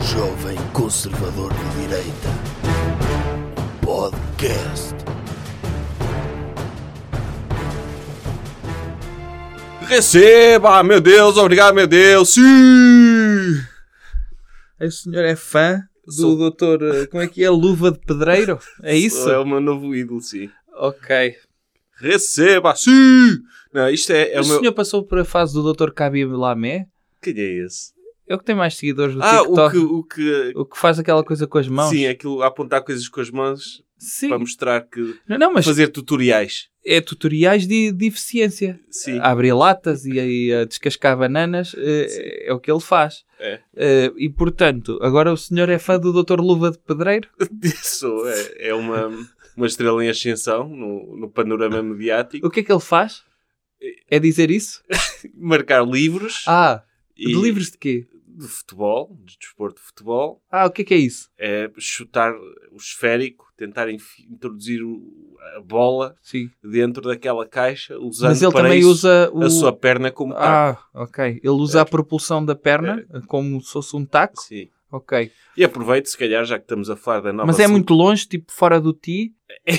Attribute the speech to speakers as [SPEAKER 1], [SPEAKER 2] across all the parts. [SPEAKER 1] jovem conservador de direita. Podcast.
[SPEAKER 2] Receba! Meu Deus, obrigado, meu Deus! Sim!
[SPEAKER 3] O senhor é fã do
[SPEAKER 2] Sou.
[SPEAKER 3] doutor... eh, Como é que é? Luva de pedreiro? É isso?
[SPEAKER 2] É o meu novo ídolo, sim.
[SPEAKER 3] Ok.
[SPEAKER 2] Receba! Sim! Não, isto é, é o
[SPEAKER 3] o
[SPEAKER 2] meu.
[SPEAKER 3] senhor passou por a fase do Dr. Khabib Lamé?
[SPEAKER 2] Quem é esse?
[SPEAKER 3] É o que tem mais seguidores do
[SPEAKER 2] Ah, o
[SPEAKER 3] TikTok.
[SPEAKER 2] que, o que.
[SPEAKER 3] O que faz aquela coisa com as mãos.
[SPEAKER 2] Sim, é. aquilo a apontar coisas com as mãos
[SPEAKER 3] Sim.
[SPEAKER 2] para mostrar que.
[SPEAKER 3] Não, não, mas
[SPEAKER 2] Fazer tutoriais.
[SPEAKER 3] é tutoriais de, de eficiência.
[SPEAKER 2] Sim.
[SPEAKER 3] A abrir latas e a, a descascar bananas eh, é, o que ele faz.
[SPEAKER 2] É.
[SPEAKER 3] Eh, e portanto, agora o senhor é fã do Dr. Luva de Pedreiro?
[SPEAKER 2] Isso é, é uma, uma estrela em ascensão no, no panorama mediático.
[SPEAKER 3] O que é que ele faz? É dizer isso?
[SPEAKER 2] Marcar livros.
[SPEAKER 3] Ah,
[SPEAKER 2] e-
[SPEAKER 3] de livros de quê?
[SPEAKER 2] De futebol, de desporto de futebol.
[SPEAKER 3] Ah, o que é que é isso?
[SPEAKER 2] é chutar o esférico, tentar inf- introduzir o- a bola
[SPEAKER 3] Sim.
[SPEAKER 2] dentro daquela caixa, usando
[SPEAKER 3] Mas ele
[SPEAKER 2] para
[SPEAKER 3] também
[SPEAKER 2] isso
[SPEAKER 3] usa o...
[SPEAKER 2] a sua perna como taco.
[SPEAKER 3] Ah, ok. Ele usa a propulsão da perna
[SPEAKER 2] é.
[SPEAKER 3] como se fosse um taco.
[SPEAKER 2] Sim.
[SPEAKER 3] Ok.
[SPEAKER 2] E aproveito, se calhar, já que estamos a falar da nova...
[SPEAKER 3] Mas é
[SPEAKER 2] sele-
[SPEAKER 3] muito longe, tipo fora do ti.
[SPEAKER 2] É,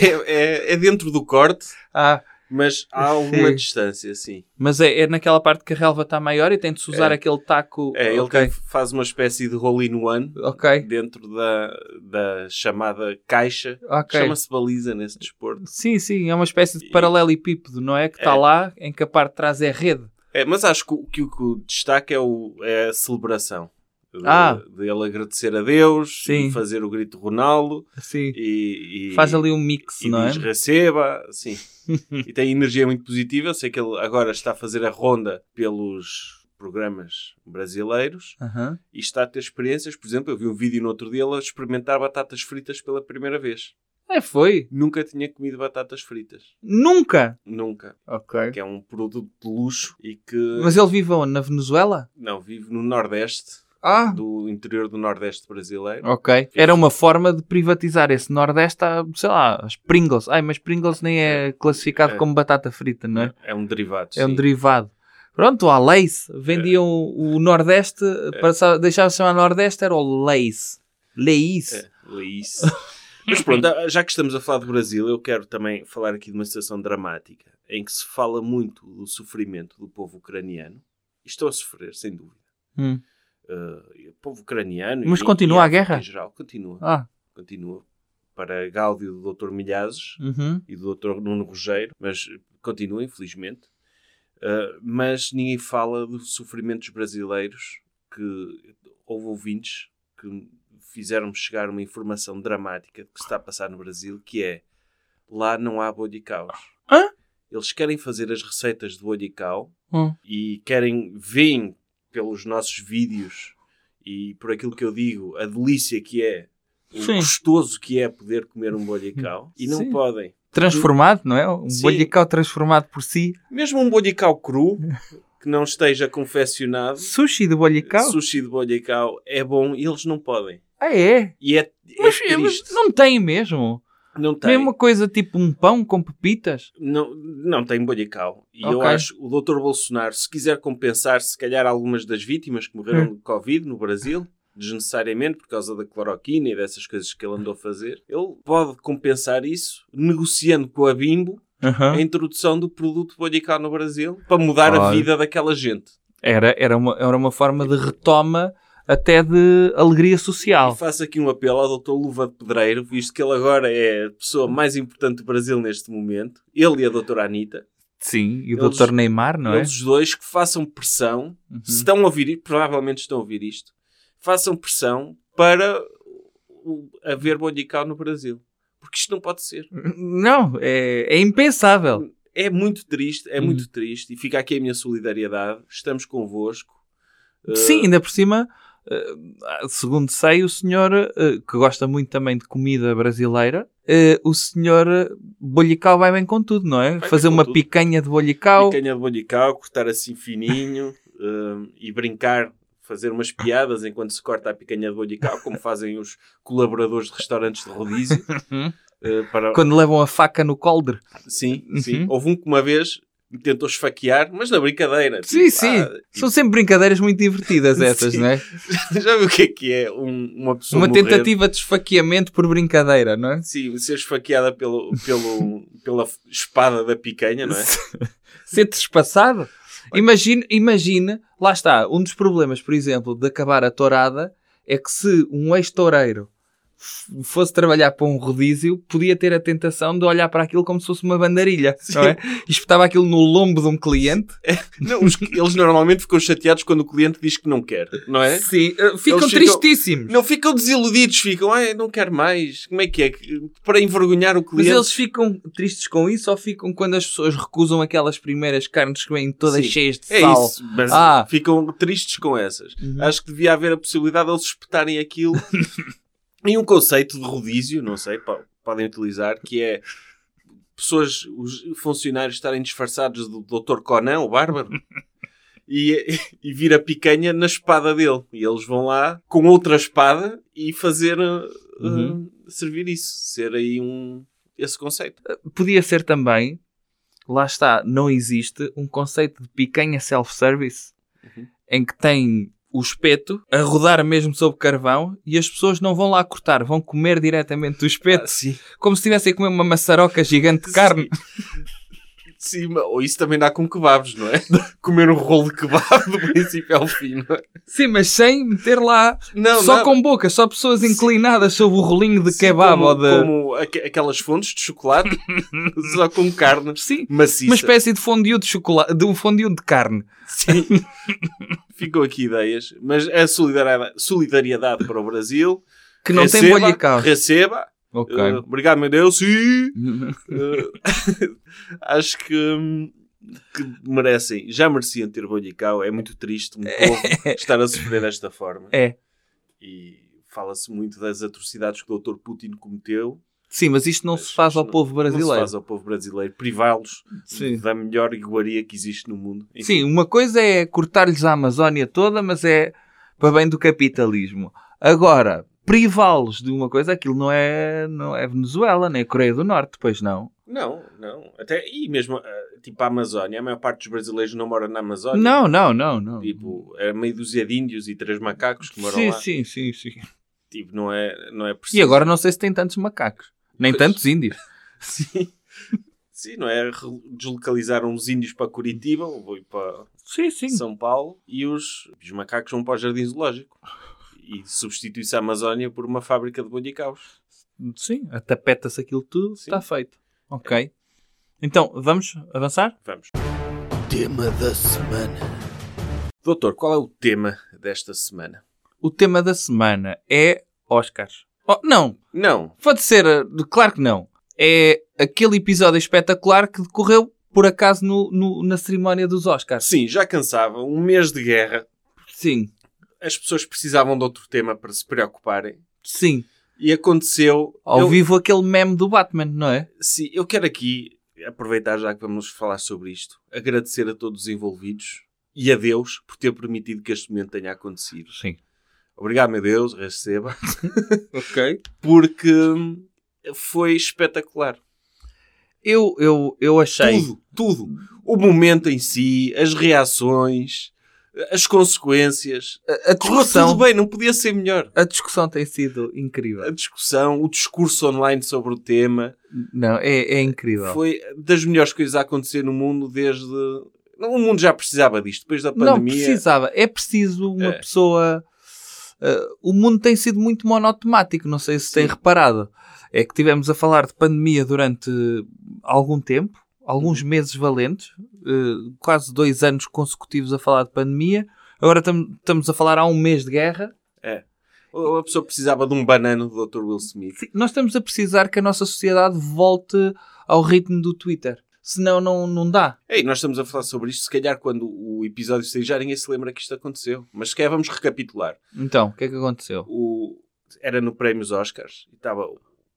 [SPEAKER 2] é- é dentro do corte,
[SPEAKER 3] Ah,
[SPEAKER 2] mas há alguma
[SPEAKER 3] Sim.
[SPEAKER 2] distância, sim.
[SPEAKER 3] mas é, é naquela parte que a relva está maior e tem de se usar
[SPEAKER 2] É.
[SPEAKER 3] aquele taco.
[SPEAKER 2] É, ele
[SPEAKER 3] ok.
[SPEAKER 2] tem- faz uma espécie de roll-in-one
[SPEAKER 3] Ok.
[SPEAKER 2] dentro da, da chamada caixa.
[SPEAKER 3] Ok.
[SPEAKER 2] Chama-se baliza nesse desporto.
[SPEAKER 3] Sim, sim, é uma espécie de
[SPEAKER 2] E-
[SPEAKER 3] paralelepípedo, não é? Que está
[SPEAKER 2] É.
[SPEAKER 3] lá, em que a parte de trás é rede.
[SPEAKER 2] É, mas acho que o que, o- que o destaque é, o- é a celebração. De,
[SPEAKER 3] Ah.
[SPEAKER 2] de ele agradecer a Deus,
[SPEAKER 3] Sim.
[SPEAKER 2] de fazer o grito Ronaldo
[SPEAKER 3] Sim.
[SPEAKER 2] e, e-
[SPEAKER 3] Faz ali um mix,
[SPEAKER 2] e
[SPEAKER 3] não é?
[SPEAKER 2] diz receba, sim. e tem energia muito positiva. Eu sei que ele agora está a fazer a ronda pelos programas brasileiros
[SPEAKER 3] Aham.
[SPEAKER 2] e está a ter experiências. Por exemplo, eu vi um vídeo no outro dia ele a experimentar batatas fritas pela primeira vez.
[SPEAKER 3] É, foi.
[SPEAKER 2] Nunca tinha comido batatas fritas.
[SPEAKER 3] Nunca!
[SPEAKER 2] Nunca.
[SPEAKER 3] Ok.
[SPEAKER 2] Que é um produto de luxo e que
[SPEAKER 3] Mas ele vive onde? Na Venezuela?
[SPEAKER 2] não vive no Nordeste.
[SPEAKER 3] Ah,
[SPEAKER 2] do interior do Nordeste brasileiro.
[SPEAKER 3] ok. Era uma forma de privatizar esse Nordeste, a, sei lá, as Pringles. Ai, mas Pringles nem é classificado
[SPEAKER 2] É.
[SPEAKER 3] como batata frita, não é?
[SPEAKER 2] É um derivado.
[SPEAKER 3] É um
[SPEAKER 2] sim. É.
[SPEAKER 3] derivado. Pronto, a Lace. Vendiam o Nordeste, passava- deixava-se chamar Nordeste, era o Lace. Lace.
[SPEAKER 2] É, Leis. Mas pronto, ah, já que estamos a falar do Brasil, eu quero também falar aqui de uma situação dramática em que se fala muito do sofrimento do povo ucraniano. E estão a sofrer, sem dúvida.
[SPEAKER 3] Hum.
[SPEAKER 2] Uh, e o povo ucraniano.
[SPEAKER 3] Mas
[SPEAKER 2] e-
[SPEAKER 3] continua
[SPEAKER 2] e
[SPEAKER 3] a
[SPEAKER 2] África
[SPEAKER 3] guerra?
[SPEAKER 2] Em geral, continua.
[SPEAKER 3] Ah,
[SPEAKER 2] Continua. Para gáudio do Dr. Milhazes
[SPEAKER 3] uhum.
[SPEAKER 2] e do Dr. Nuno Rogério, mas continua, infelizmente. Uh, mas ninguém fala do sofrimento dos brasileiros, que houve ouvintes que fizeram-me chegar uma informação dramática do que se está a passar no Brasil, que é, lá não há boi de caos.
[SPEAKER 3] Hã?
[SPEAKER 2] Eles querem fazer as receitas de boi de cau
[SPEAKER 3] Hum.
[SPEAKER 2] e querem, veem pelos nossos vídeos e por aquilo que eu digo, a delícia que é, o
[SPEAKER 3] Sim.
[SPEAKER 2] gostoso que é poder comer um boi de cau, e não
[SPEAKER 3] Sim.
[SPEAKER 2] podem.
[SPEAKER 3] Transformado, não é? Um
[SPEAKER 2] Sim.
[SPEAKER 3] bolhacau transformado por si.
[SPEAKER 2] Mesmo um bolhicau cru, que não esteja confeccionado,
[SPEAKER 3] Sushi de bolhacau?
[SPEAKER 2] sushi de bolhicau é bom e eles não podem.
[SPEAKER 3] Ah, é?
[SPEAKER 2] E é, é
[SPEAKER 3] Mas, mas
[SPEAKER 2] triste.
[SPEAKER 3] não tem mesmo.
[SPEAKER 2] não tem.
[SPEAKER 3] Mesma coisa tipo um pão com pepitas.
[SPEAKER 2] Não, não tem bolhicau. E eu
[SPEAKER 3] Ok.
[SPEAKER 2] acho o doutor Bolsonaro, se quiser compensar, se calhar, algumas das vítimas que morreram
[SPEAKER 3] Hum.
[SPEAKER 2] de Covid no Brasil, desnecessariamente, por causa da cloroquina e dessas coisas que ele andou a fazer, ele pode compensar isso negociando com a Bimbo a introdução do produto bolhicau no Brasil para mudar a
[SPEAKER 3] Olha.
[SPEAKER 2] vida daquela gente.
[SPEAKER 3] Era, era, uma, era uma forma de retoma até de alegria
[SPEAKER 2] E
[SPEAKER 3] social.
[SPEAKER 2] faço aqui um apelo ao Dr. Luva de Pedreiro, visto que ele agora é a pessoa mais importante do Brasil neste momento. Ele e a Doutora Anitta.
[SPEAKER 3] Sim, e o
[SPEAKER 2] Eles-
[SPEAKER 3] Dr. Neymar, não é?
[SPEAKER 2] Eles os dois que façam pressão.
[SPEAKER 3] Uhum.
[SPEAKER 2] Se estão a ouvir, provavelmente estão a ouvir isto. Façam pressão para o- haver bondical no Brasil. Porque isto não pode ser.
[SPEAKER 3] Uhum. Não, é, é impensável.
[SPEAKER 2] É muito triste, é
[SPEAKER 3] Uhum.
[SPEAKER 2] muito triste. E fica aqui a minha solidariedade. Estamos convosco. Uh,
[SPEAKER 3] Sim, ainda por cima, eh, segundo sei, o senhor, eh, que gosta muito também de comida brasileira, eh, o senhor eh, bolhacau vai bem com tudo, não é?
[SPEAKER 2] bem
[SPEAKER 3] Fazer
[SPEAKER 2] com
[SPEAKER 3] uma
[SPEAKER 2] tudo.
[SPEAKER 3] picanha de bolhacau.
[SPEAKER 2] picanha de bolical, é cortar assim fininho hum, e brincar, fazer umas piadas enquanto se corta a picanha de bolical, como fazem os colaboradores de restaurantes de rodízio. Uh, para...
[SPEAKER 3] Uhum. Quando levam a faca no coldre.
[SPEAKER 2] Sim, sim.
[SPEAKER 3] Uhum.
[SPEAKER 2] Houve um que uma vez me tentou esfaquear, mas na brincadeira.
[SPEAKER 3] Sim,
[SPEAKER 2] tipo,
[SPEAKER 3] sim.
[SPEAKER 2] ah,
[SPEAKER 3] São sempre brincadeiras muito divertidas essas,
[SPEAKER 2] Sim.
[SPEAKER 3] não é?
[SPEAKER 2] já viu o que é que é um- uma pessoa
[SPEAKER 3] Uma
[SPEAKER 2] morrer?
[SPEAKER 3] tentativa de esfaqueamento por brincadeira, não é?
[SPEAKER 2] Sim, ser esfaqueada pelo, pelo, pela espada da picanha, não é?
[SPEAKER 3] Ser trespassado? Imagina, imagina, lá está, um dos problemas, por exemplo, de acabar a tourada é que se um ex-toureiro f- fosse trabalhar para um rodízio, podia ter a tentação de olhar para aquilo como se fosse uma bandarilha, não é? E espetava aquilo no lombo de um cliente.
[SPEAKER 2] Não, os- eles normalmente ficam chateados quando o cliente diz que não quer, não é?
[SPEAKER 3] Sim, eh, ficam
[SPEAKER 2] Eles ficam-
[SPEAKER 3] tristíssimos.
[SPEAKER 2] Não ficam desiludidos, ficam, ai, não quero mais. Como é que é? Para envergonhar o
[SPEAKER 3] Mas
[SPEAKER 2] cliente.
[SPEAKER 3] eles ficam tristes com isso ou ficam quando as pessoas recusam aquelas primeiras carnes que vêm todas
[SPEAKER 2] Sim,
[SPEAKER 3] cheias de
[SPEAKER 2] É
[SPEAKER 3] sal?
[SPEAKER 2] isso, mas
[SPEAKER 3] Ah.
[SPEAKER 2] ficam tristes com essas.
[SPEAKER 3] Uhum.
[SPEAKER 2] Acho que devia haver a possibilidade de eles espetarem aquilo em um conceito de rodízio, não sei, po- podem utilizar, que é pessoas, os funcionários estarem disfarçados do Dr. Conan, o bárbaro, e, e vir a picanha na espada dele. E eles vão lá com outra espada e fazer uh, uh,
[SPEAKER 3] Uhum.
[SPEAKER 2] servir isso, ser aí um esse conceito.
[SPEAKER 3] Podia ser também, lá está, não existe um conceito de picanha self-service
[SPEAKER 2] Uhum.
[SPEAKER 3] em que tem o espeto a rodar mesmo sobre carvão e as pessoas não vão lá cortar, vão comer diretamente do espeto,
[SPEAKER 2] Ah, sim.
[SPEAKER 3] como se estivessem a comer uma maçaroca gigante de carne.
[SPEAKER 2] Sim, mas- ou isso também dá com kebabs, não é? Comer um rolo de kebab do princípio ao fim, não é?
[SPEAKER 3] Sim, mas sem meter lá,
[SPEAKER 2] Não,
[SPEAKER 3] só
[SPEAKER 2] não.
[SPEAKER 3] com boca, só pessoas inclinadas sobre o rolinho de kebab
[SPEAKER 2] como,
[SPEAKER 3] ou de.
[SPEAKER 2] como aque- aquelas fontes de chocolate, só com carne
[SPEAKER 3] Sim,
[SPEAKER 2] maciça.
[SPEAKER 3] uma espécie de fondue de chocolate, de um fondue de carne.
[SPEAKER 2] Sim. Ficam aqui ideias, mas a solidariedade, solidariedade para o Brasil.
[SPEAKER 3] Que não tem
[SPEAKER 2] Receba,
[SPEAKER 3] bolha e carro.
[SPEAKER 2] Receba.
[SPEAKER 3] Ok.
[SPEAKER 2] Eh, obrigado, meu Deus. Sim. Eh, acho que, hum, que merecem, já mereciam ter bolha e cau. É muito triste um povo estar a sofrer desta forma.
[SPEAKER 3] É.
[SPEAKER 2] E fala-se muito das atrocidades que o Dr. Putin cometeu.
[SPEAKER 3] Sim, mas isto não
[SPEAKER 2] Mas
[SPEAKER 3] se faz
[SPEAKER 2] isto
[SPEAKER 3] ao
[SPEAKER 2] não-
[SPEAKER 3] povo
[SPEAKER 2] Não se
[SPEAKER 3] brasileiro.
[SPEAKER 2] faz ao povo brasileiro privá-los
[SPEAKER 3] Sim.
[SPEAKER 2] da melhor iguaria que existe no mundo. Enfim,
[SPEAKER 3] Sim, uma coisa é cortar-lhes a Amazónia toda, mas é para bem do capitalismo. Agora, privá-los de uma coisa, aquilo não é, não é Venezuela, nem Coreia do Norte, pois não.
[SPEAKER 2] Não, não. Até, e mesmo, ah, tipo, a Amazónia. A maior parte dos brasileiros não mora na Amazónia.
[SPEAKER 3] Não, não, não, não.
[SPEAKER 2] Tipo, é meio dúzia de índios e três macacos que moram
[SPEAKER 3] sim,
[SPEAKER 2] lá.
[SPEAKER 3] sim, sim, sim.
[SPEAKER 2] Tipo, não é, não é preciso.
[SPEAKER 3] E agora não sei se tem tantos macacos, nem
[SPEAKER 2] Pois.
[SPEAKER 3] tantos índios.
[SPEAKER 2] Sim. Sim, não é? Re- Deslocalizaram os índios para Curitiba, ou vou para
[SPEAKER 3] Sim, sim.
[SPEAKER 2] São Paulo, e os, os macacos vão para o Jardim Zoológico. E substitui-se a Amazónia por uma fábrica de bolha e caos.
[SPEAKER 3] Sim, atapeta-se aquilo tudo,
[SPEAKER 2] Sim.
[SPEAKER 3] está feito. Ok. Então, vamos avançar?
[SPEAKER 2] Vamos.
[SPEAKER 1] Tema da semana.
[SPEAKER 2] Doutor, qual é o tema desta semana?
[SPEAKER 3] O tema da semana é Oscars. Oh, não,
[SPEAKER 2] Não.
[SPEAKER 3] Pode ser, eh, claro que não. É aquele episódio espetacular que decorreu, por acaso, no, no- na cerimónia dos Oscars.
[SPEAKER 2] Sim, já cansava. Um mês de guerra.
[SPEAKER 3] Sim,
[SPEAKER 2] as pessoas precisavam de outro tema para se preocuparem.
[SPEAKER 3] sim.
[SPEAKER 2] E aconteceu.
[SPEAKER 3] Ao
[SPEAKER 2] eu,
[SPEAKER 3] vivo aquele meme do Batman, não é?
[SPEAKER 2] Sim, eu quero aqui aproveitar já que vamos falar sobre isto, agradecer a todos os envolvidos e a Deus por ter permitido que este momento tenha acontecido.
[SPEAKER 3] Sim.
[SPEAKER 2] Obrigado, meu Deus, receba,
[SPEAKER 3] Ok.
[SPEAKER 2] porque hum, foi espetacular.
[SPEAKER 3] Eu, eu, eu achei.
[SPEAKER 2] Tudo, tudo. O momento em si, as reações, as consequências.
[SPEAKER 3] A, a
[SPEAKER 2] Correu tudo
[SPEAKER 3] discussão,
[SPEAKER 2] bem, não podia ser melhor.
[SPEAKER 3] a discussão tem sido
[SPEAKER 2] A
[SPEAKER 3] incrível.
[SPEAKER 2] discussão, o discurso online sobre o tema,
[SPEAKER 3] Não, é, é incrível.
[SPEAKER 2] Foi das melhores coisas a acontecer no mundo desde. Não, O mundo já precisava disto, depois da
[SPEAKER 3] Não
[SPEAKER 2] pandemia.
[SPEAKER 3] precisava. É preciso uma
[SPEAKER 2] É.
[SPEAKER 3] pessoa. eh, o mundo tem sido muito monotemático, não sei se tem
[SPEAKER 2] Sim.
[SPEAKER 3] reparado. É que tivemos a falar de pandemia durante algum tempo, alguns
[SPEAKER 2] Uhum.
[SPEAKER 3] meses valentes, eh, quase dois anos consecutivos a falar de pandemia. Agora tam- estamos a falar há um mês de guerra.
[SPEAKER 2] Ou A pessoa precisava de um banano do Dr. Will Smith.
[SPEAKER 3] Sim, Nós estamos a precisar que a nossa sociedade volte ao ritmo do Twitter. Senão não, não dá.
[SPEAKER 2] Ei, nós estamos a falar sobre isto. Se calhar, quando o episódio sair, já ninguém se lembra que isto aconteceu. Mas se calhar, vamos recapitular.
[SPEAKER 3] Então, o que é que aconteceu?
[SPEAKER 2] O... Era no Prémios Oscars e estava.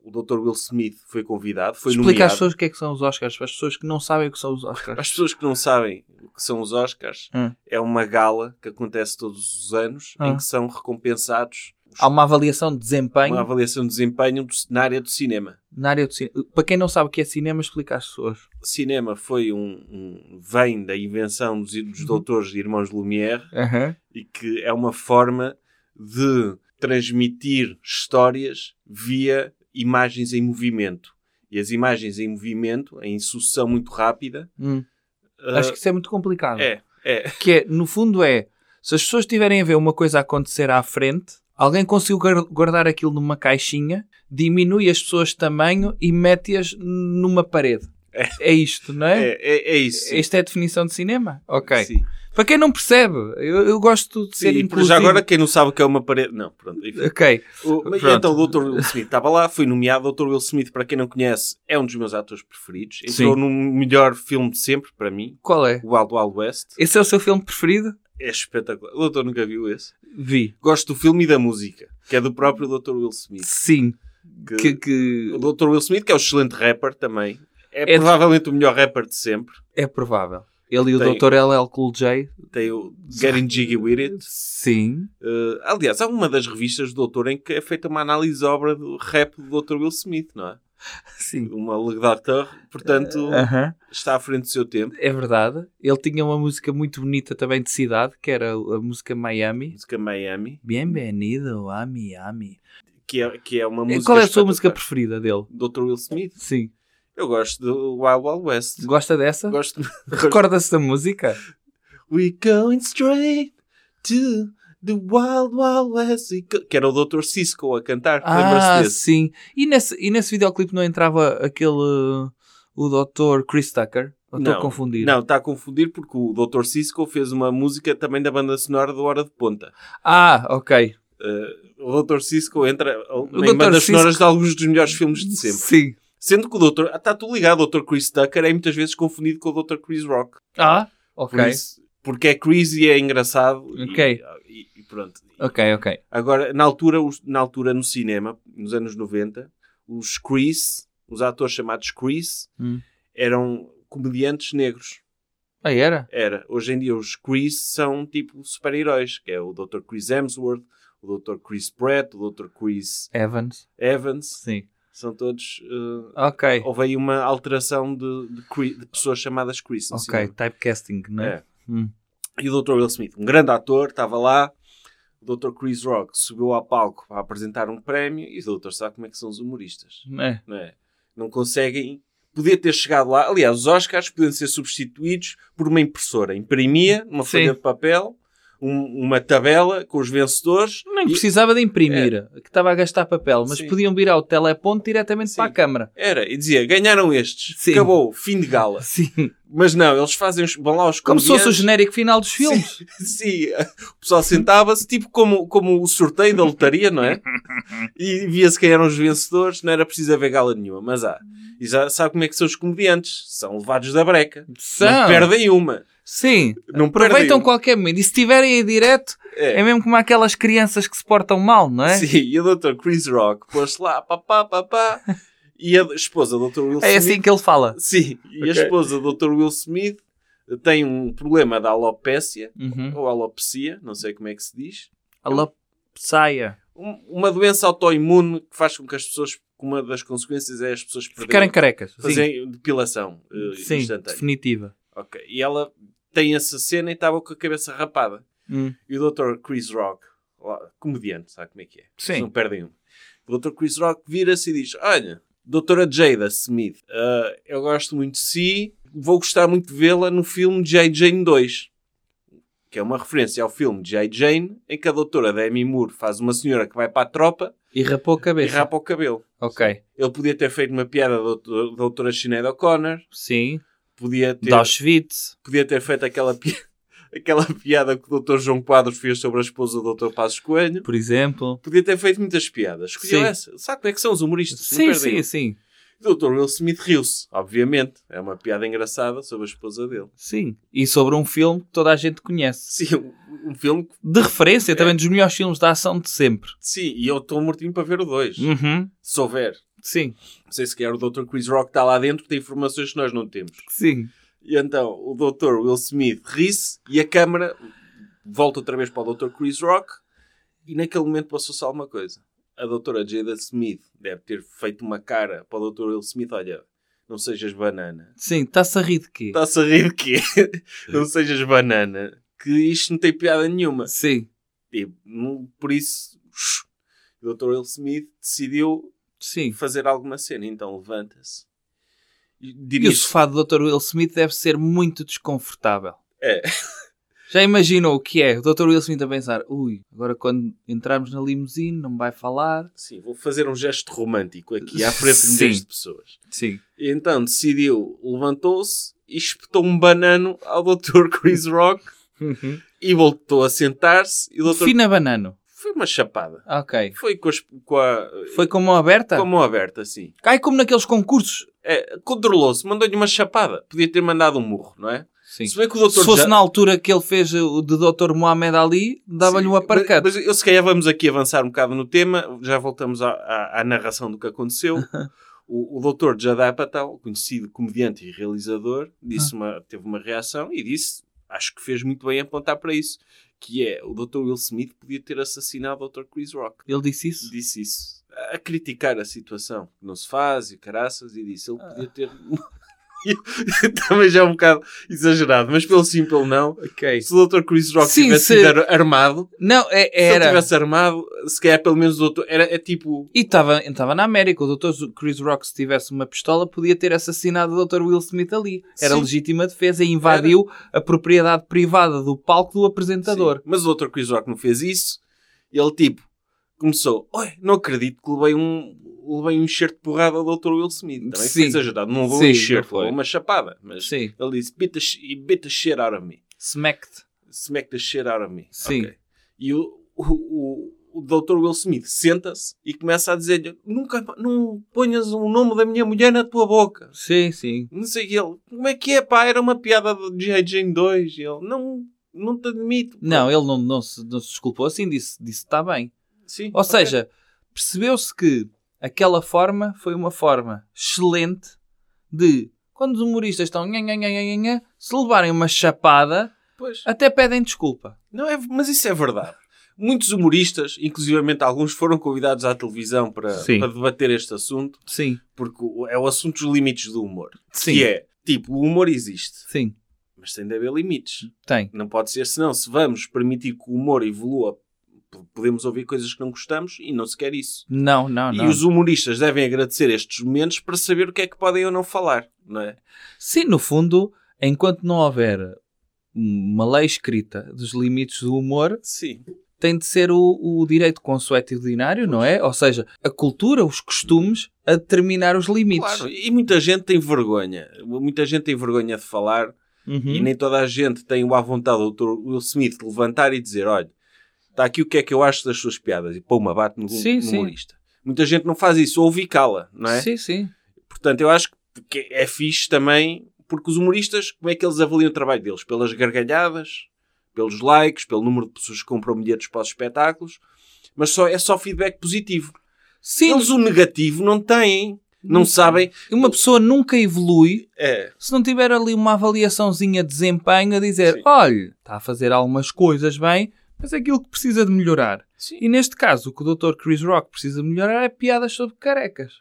[SPEAKER 2] O Dr. Will Smith foi convidado, foi
[SPEAKER 3] Explica às
[SPEAKER 2] nomeado.
[SPEAKER 3] pessoas o que é que são os Oscars, para as pessoas que não sabem o que são os Oscars.
[SPEAKER 2] As pessoas que não sabem o que são os Oscars,
[SPEAKER 3] Hum.
[SPEAKER 2] é uma gala que acontece todos os anos
[SPEAKER 3] Ah.
[SPEAKER 2] em que são recompensados os
[SPEAKER 3] Há uma avaliação de desempenho
[SPEAKER 2] Uma avaliação de desempenho do- na área do cinema.
[SPEAKER 3] na área do cinema. Para quem não sabe o que é cinema, explica às pessoas.
[SPEAKER 2] O cinema foi um, um- vem da invenção dos,
[SPEAKER 3] Uhum.
[SPEAKER 2] dos doutores e irmãos Lumière e que é uma forma de transmitir histórias via imagens em movimento. E as imagens em movimento, em sucessão muito rápida,
[SPEAKER 3] Hum.
[SPEAKER 2] ah,
[SPEAKER 3] Acho que isso é muito complicado.
[SPEAKER 2] é, é,
[SPEAKER 3] Que é, no fundo é, se as pessoas tiverem a ver uma coisa acontecer à frente, alguém conseguiu gar- guardar aquilo numa caixinha, diminui as pessoas de tamanho e mete-as numa parede. É, isto, não é?
[SPEAKER 2] é, é, é isso. sim.
[SPEAKER 3] Esta é a definição de cinema? Ok.
[SPEAKER 2] Sim.
[SPEAKER 3] Para quem não percebe, eu, eu gosto de ser
[SPEAKER 2] Sim, por
[SPEAKER 3] inclusivo.
[SPEAKER 2] já agora, quem não sabe o que é uma parede. Não, pronto. enfim.
[SPEAKER 3] Ok.
[SPEAKER 2] O- mas
[SPEAKER 3] Pronto.
[SPEAKER 2] então o Dr. Will Smith estava lá, foi nomeado. O Dr. Will Smith, para quem não conhece, é um dos meus atores preferidos. Entrou
[SPEAKER 3] Sim.
[SPEAKER 2] no melhor filme de sempre, para mim,
[SPEAKER 3] Qual é?
[SPEAKER 2] o Wild Wild West.
[SPEAKER 3] Esse é o seu filme preferido?
[SPEAKER 2] É espetacular. O Doutor nunca viu esse.
[SPEAKER 3] Vi.
[SPEAKER 2] Gosto do filme e da música, que é do próprio Dr. Will Smith.
[SPEAKER 3] Sim. Que,
[SPEAKER 2] Que,
[SPEAKER 3] que
[SPEAKER 2] O Dr. Will Smith, que é um excelente rapper também. É,
[SPEAKER 3] É-
[SPEAKER 2] provavelmente o melhor rapper de sempre.
[SPEAKER 3] é provável. Ele e o
[SPEAKER 2] Tem-
[SPEAKER 3] Dr. LL Cool J.
[SPEAKER 2] Tem o Getting Jiggy With It.
[SPEAKER 3] Sim.
[SPEAKER 2] Eh, aliás, há uma das revistas do Doutor em que é feita uma análise à obra do rap do Dr. Will Smith, não é?
[SPEAKER 3] Sim. Eh,
[SPEAKER 2] Uma legadateur, portanto,
[SPEAKER 3] Aham.
[SPEAKER 2] está à frente do seu tempo.
[SPEAKER 3] É verdade. Ele tinha uma música muito bonita também de cidade, que era a música Miami.
[SPEAKER 2] Música Miami,
[SPEAKER 3] Bienvenido a Miami.
[SPEAKER 2] que é, que é uma
[SPEAKER 3] E
[SPEAKER 2] música.
[SPEAKER 3] Qual é a sua música
[SPEAKER 2] espetacular.
[SPEAKER 3] preferida dele?
[SPEAKER 2] Dr. Will Smith.
[SPEAKER 3] Sim.
[SPEAKER 2] Eu gosto do Wild Wild West.
[SPEAKER 3] Gosta dessa?
[SPEAKER 2] Gosto.
[SPEAKER 3] Recorda-se da música?
[SPEAKER 2] We going straight to the Wild Wild West. E que- Que era o Dr. Cisco a cantar.
[SPEAKER 3] Ah,
[SPEAKER 2] Lembra-se desse?
[SPEAKER 3] sim. E nesse, e nesse videoclipe não entrava aquele. uh, o Dr. Chris Tucker? Ou estou a confundir?
[SPEAKER 2] Não, está a confundir porque o Dr. Cisco fez uma música também da banda sonora do Hora de Ponta.
[SPEAKER 3] Ah, ok.
[SPEAKER 2] Eh, o Dr. Cisco entra eh,
[SPEAKER 3] O
[SPEAKER 2] em
[SPEAKER 3] Dr.
[SPEAKER 2] bandas
[SPEAKER 3] Cisco-
[SPEAKER 2] sonoras de alguns dos melhores filmes de sempre.
[SPEAKER 3] Sim.
[SPEAKER 2] Sendo que o Dr. Está tudo ligado, o Dr. Chris Tucker é muitas vezes confundido com o Dr. Chris Rock.
[SPEAKER 3] Ah, ok.
[SPEAKER 2] Por isso- porque é crazy e é engraçado. e-
[SPEAKER 3] Ok.
[SPEAKER 2] E, e pronto.
[SPEAKER 3] Ok, ok.
[SPEAKER 2] Agora, na altura, os- na altura, no cinema, nos anos 90, os Chris, os atores chamados Chris,
[SPEAKER 3] Hum.
[SPEAKER 2] eram comediantes negros.
[SPEAKER 3] Ah, era?
[SPEAKER 2] Era. Hoje em dia, os Chris são tipo super-heróis, que é o Dr. Chris Hemsworth, o Dr. Chris Pratt, o Dr. Chris
[SPEAKER 3] Evans.
[SPEAKER 2] Evans.
[SPEAKER 3] Sim.
[SPEAKER 2] São todos... eh,
[SPEAKER 3] Ok.
[SPEAKER 2] Houve aí uma alteração de, de Chris- de pessoas chamadas Chris. no
[SPEAKER 3] Ok,
[SPEAKER 2] cinema.
[SPEAKER 3] assim, um typecasting, não é?
[SPEAKER 2] É.
[SPEAKER 3] Hum.
[SPEAKER 2] E o Dr. Will Smith, um grande ator, estava lá. O Dr. Chris Rock subiu ao palco para apresentar um prémio e o doutor sabe como é que são os humoristas,
[SPEAKER 3] É.
[SPEAKER 2] não é? Não conseguem... Podia ter chegado lá... Aliás, os Oscars podiam ser substituídos por uma impressora. Imprimia uma
[SPEAKER 3] Sim.
[SPEAKER 2] folha de papel, um- uma tabela com os vencedores...
[SPEAKER 3] Nem
[SPEAKER 2] e-
[SPEAKER 3] precisava de imprimir, que estava a gastar papel, mas
[SPEAKER 2] Sim.
[SPEAKER 3] podiam vir ao teleponto diretamente
[SPEAKER 2] Sim.
[SPEAKER 3] para a câmara.
[SPEAKER 2] Era, e dizia, ganharam estes,
[SPEAKER 3] Sim.
[SPEAKER 2] acabou, fim de gala.
[SPEAKER 3] Sim.
[SPEAKER 2] Mas não, eles fazem, os- vão lá os
[SPEAKER 3] Como se fosse o
[SPEAKER 2] comediantes.
[SPEAKER 3] genérico final dos filmes.
[SPEAKER 2] Sim, o pessoal sentava-se, tipo como, como o sorteio da lotaria, não é? E via-se quem eram os vencedores, não era preciso haver gala nenhuma, mas há. E já sabe como é que são os comediantes? São levados da breca.
[SPEAKER 3] São.
[SPEAKER 2] Não perdem uma.
[SPEAKER 3] Sim.
[SPEAKER 2] Não perdem
[SPEAKER 3] Aproveitam
[SPEAKER 2] uma.
[SPEAKER 3] qualquer momento. E se estiverem em direto, é.
[SPEAKER 2] É.
[SPEAKER 3] mesmo como aquelas crianças que se portam mal, não é?
[SPEAKER 2] Sim, e o Dr. Chris Rock pôs-se lá, papá, papá, e a esposa do Dr. Will
[SPEAKER 3] É
[SPEAKER 2] Smith.
[SPEAKER 3] assim que ele fala.
[SPEAKER 2] Sim, e a
[SPEAKER 3] Ok.
[SPEAKER 2] esposa do Dr. Will Smith tem um problema da alopécia,
[SPEAKER 3] Uhum.
[SPEAKER 2] ou alopecia, não sei como é que se diz.
[SPEAKER 3] Ela saia.
[SPEAKER 2] um- uma doença autoimune que faz com que as pessoas, que uma das consequências é as pessoas
[SPEAKER 3] Ficarem
[SPEAKER 2] perderem,
[SPEAKER 3] carecas. Sim,
[SPEAKER 2] fazerem depilação eh,
[SPEAKER 3] Sim
[SPEAKER 2] instantânea.
[SPEAKER 3] definitiva.
[SPEAKER 2] Ok. E ela tem essa cena e estava com a cabeça rapada.
[SPEAKER 3] Hum.
[SPEAKER 2] E o Dr. Chris Rock, lá, comediante, sabe como é que é?
[SPEAKER 3] Sim.
[SPEAKER 2] Eles Não perdem um. O Dr. Chris Rock vira-se e diz: Olha, Doutora Jada Smith, ah, eu gosto muito de si, vou gostar muito de vê-la no filme J. Jane 2. Que é uma referência ao filme J. Jane, em que a doutora Demi Moore faz uma senhora que vai para a tropa
[SPEAKER 3] E rapou a
[SPEAKER 2] e
[SPEAKER 3] cabeça.
[SPEAKER 2] rapa o cabelo.
[SPEAKER 3] Ok.
[SPEAKER 2] Ele podia ter feito uma piada da doutor- doutora Sinead O'Connor,
[SPEAKER 3] Sim.
[SPEAKER 2] podia ter
[SPEAKER 3] De Auschwitz.
[SPEAKER 2] podia ter feito aquela, pi- aquela piada que o Dr. João Quadros fez sobre a esposa do Dr. Passos Coelho.
[SPEAKER 3] por exemplo.
[SPEAKER 2] Podia ter feito muitas piadas. Escolheu
[SPEAKER 3] Sim.
[SPEAKER 2] essa. Sabe como é que são os humoristas?
[SPEAKER 3] Sim,
[SPEAKER 2] Não
[SPEAKER 3] sim,
[SPEAKER 2] perdem.
[SPEAKER 3] sim.
[SPEAKER 2] O Dr. Will Smith riu-se, obviamente. É uma piada engraçada sobre a esposa dele.
[SPEAKER 3] Sim. E sobre um filme que toda a gente conhece.
[SPEAKER 2] Sim, um, um filme que...
[SPEAKER 3] De referência também dos melhores filmes de ação de sempre.
[SPEAKER 2] Sim, e eu estou mortinho para ver o 2.
[SPEAKER 3] Uhum.
[SPEAKER 2] Se houver.
[SPEAKER 3] Sim,
[SPEAKER 2] Não sei se quer o Dr. Chris Rock está lá dentro, tem informações que nós não temos.
[SPEAKER 3] sim.
[SPEAKER 2] E então o Dr. Will Smith ri-se e a câmara volta outra vez para o Dr. Chris Rock E naquele momento passou-se alguma coisa. A doutora Jada Smith deve ter feito uma cara para o doutor Will Smith, olha, não sejas banana.
[SPEAKER 3] Sim, está-se a rir de quê?
[SPEAKER 2] Está-se a rir de quê? não sejas banana. Que isto não tem piada nenhuma.
[SPEAKER 3] Sim,
[SPEAKER 2] Tipo, não- por isso, o doutor Will Smith decidiu
[SPEAKER 3] sim.
[SPEAKER 2] fazer alguma cena. Então levanta-se. E
[SPEAKER 3] E o
[SPEAKER 2] dirige-se
[SPEAKER 3] sofá do Dr. Will Smith deve ser muito desconfortável.
[SPEAKER 2] É.
[SPEAKER 3] Já imaginou o que é? O Dr. Will Smith a pensar, ui, agora quando entrarmos na limusine não vai falar.
[SPEAKER 2] Sim, vou fazer um gesto romântico aqui à frente de
[SPEAKER 3] Sim.
[SPEAKER 2] milhões de pessoas.
[SPEAKER 3] Sim.
[SPEAKER 2] E então decidiu, levantou-se e espetou um banano ao Dr. Chris Rock e voltou a sentar-se. E o Dr.
[SPEAKER 3] Uhum. Fina banano.
[SPEAKER 2] Foi uma chapada.
[SPEAKER 3] Ok.
[SPEAKER 2] Foi com, as- com a.
[SPEAKER 3] Foi com mão aberta?
[SPEAKER 2] com a mão aberta, assim.
[SPEAKER 3] Cai como naqueles concursos.
[SPEAKER 2] É, Controlou-se, mandou-lhe uma chapada. Podia ter mandado um murro, não é?
[SPEAKER 3] Sim.
[SPEAKER 2] Se bem que o doutor
[SPEAKER 3] Se fosse
[SPEAKER 2] já-
[SPEAKER 3] na altura que ele fez o de Dr. Mohamed Ali, dava-lhe
[SPEAKER 2] Sim,
[SPEAKER 3] um aparcado.
[SPEAKER 2] Mas, mas eu, se calhar vamos aqui avançar um bocado no tema, já voltamos à, à- à narração do que aconteceu. o, o doutor Jada Apatow, conhecido comediante e realizador, disse
[SPEAKER 3] Ah.
[SPEAKER 2] uma- teve uma reação e disse, acho que fez muito bem em apontar para isso, que é, o doutor Will Smith podia ter assassinado o Dr. Chris Rock.
[SPEAKER 3] Ele disse isso?
[SPEAKER 2] Disse isso. A criticar a situação, que não se faz, e caraças, e disse, ele
[SPEAKER 3] Ah.
[SPEAKER 2] podia ter... Também já é um bocado exagerado, mas pelo sim, pelo não...
[SPEAKER 3] Ok.
[SPEAKER 2] Se o Dr. Chris Rock
[SPEAKER 3] Sim,
[SPEAKER 2] tivesse
[SPEAKER 3] se-
[SPEAKER 2] sido ar- armado,
[SPEAKER 3] Não, é-
[SPEAKER 2] se ele
[SPEAKER 3] era.
[SPEAKER 2] tivesse armado, se calhar pelo menos o doutor. Era é tipo.
[SPEAKER 3] E estava na América. O Dr. Chris Rock, se tivesse uma pistola, podia ter assassinado o Dr. Will Smith ali. Era
[SPEAKER 2] Sim.
[SPEAKER 3] legítima defesa e invadiu a propriedade privada do palco do apresentador.
[SPEAKER 2] Sim. Mas o Dr. Chris Rock não fez isso. Ele tipo. Começou. Oi, não acredito que levei um. Levei um enxerto de porrada ao Dr. Will Smith. Também foi
[SPEAKER 3] Sim.
[SPEAKER 2] exagerado. Não levou
[SPEAKER 3] Sim,
[SPEAKER 2] um
[SPEAKER 3] não
[SPEAKER 2] enxerto,
[SPEAKER 3] foi.
[SPEAKER 2] levou uma chapada. Mas
[SPEAKER 3] Sim.
[SPEAKER 2] ele disse: beat the, sh beat the shit out of me.
[SPEAKER 3] Smacked.
[SPEAKER 2] Smack the shit out of me.
[SPEAKER 3] Sim.
[SPEAKER 2] Ok. E o. o, o o Dr. Will Smith senta-se e começa a dizer-lhe: Nunca não ponhas o nome da minha mulher na tua boca.
[SPEAKER 3] Sim, sim.
[SPEAKER 2] Não sei o que ele. Como é que é, pá? Era uma piada do G.I. Jane 2. E ele, não, não te admito. pá."
[SPEAKER 3] Não, ele não, não se, não se desculpou assim, disse disse está bem.
[SPEAKER 2] Sim,
[SPEAKER 3] Ou
[SPEAKER 2] ok.
[SPEAKER 3] seja, percebeu-se que aquela forma foi uma forma excelente de, quando os humoristas estão nhan, nhan, nhan, nhan, nhan, se levarem uma chapada,
[SPEAKER 2] Pois.
[SPEAKER 3] até pedem desculpa.
[SPEAKER 2] Não é, mas isso é verdade. Muitos humoristas, inclusivamente alguns, foram convidados à televisão para,
[SPEAKER 3] Sim.
[SPEAKER 2] para debater este assunto,
[SPEAKER 3] Sim.
[SPEAKER 2] porque o- é o assunto dos limites do humor.
[SPEAKER 3] Sim.
[SPEAKER 2] Que é, tipo, o humor existe,
[SPEAKER 3] Sim.
[SPEAKER 2] mas tem de haver limites.
[SPEAKER 3] Tem.
[SPEAKER 2] Não pode ser, senão, se vamos permitir que o humor evolua, p- podemos ouvir coisas que não gostamos e não se quer isso.
[SPEAKER 3] Não, não, Ah, não.
[SPEAKER 2] E os humoristas devem agradecer estes momentos para saber o que é que podem ou não falar, não é?
[SPEAKER 3] Sim, no fundo, enquanto não houver uma lei escrita dos limites do humor,
[SPEAKER 2] Sim.
[SPEAKER 3] tem de ser o, o direito consuetudinário, não é? Ou seja, a cultura, os costumes, a determinar os limites.
[SPEAKER 2] Claro, e muita gente tem vergonha. Muita gente tem vergonha de falar
[SPEAKER 3] Uhum.
[SPEAKER 2] e nem toda a gente tem o à vontade do Dr. Will Smith de levantar e dizer: olha, está aqui o que é que eu acho das suas piadas. E pô, uma bate no,
[SPEAKER 3] Sim,
[SPEAKER 2] no
[SPEAKER 3] sim.
[SPEAKER 2] humorista. Muita gente não faz isso, ouve e cala, não é?
[SPEAKER 3] Sim, sim.
[SPEAKER 2] Portanto, eu acho que é fixe também, porque os humoristas, como é que eles avaliam o trabalho deles? Pelas gargalhadas, pelos likes, pelo número de pessoas que compram bilhetes para os espetáculos, mas só, é só feedback positivo.
[SPEAKER 3] Sim,
[SPEAKER 2] Eles o negativo não têm, não sabem.
[SPEAKER 3] uma pessoa nunca evolui
[SPEAKER 2] É,
[SPEAKER 3] se não tiver ali uma avaliaçãozinha de desempenho a dizer,
[SPEAKER 2] Sim.
[SPEAKER 3] olha, está a fazer algumas coisas bem, mas é aquilo que precisa de melhorar.
[SPEAKER 2] sim.
[SPEAKER 3] E neste caso, o que o Dr. Chris Rock precisa de melhorar é piadas sobre carecas.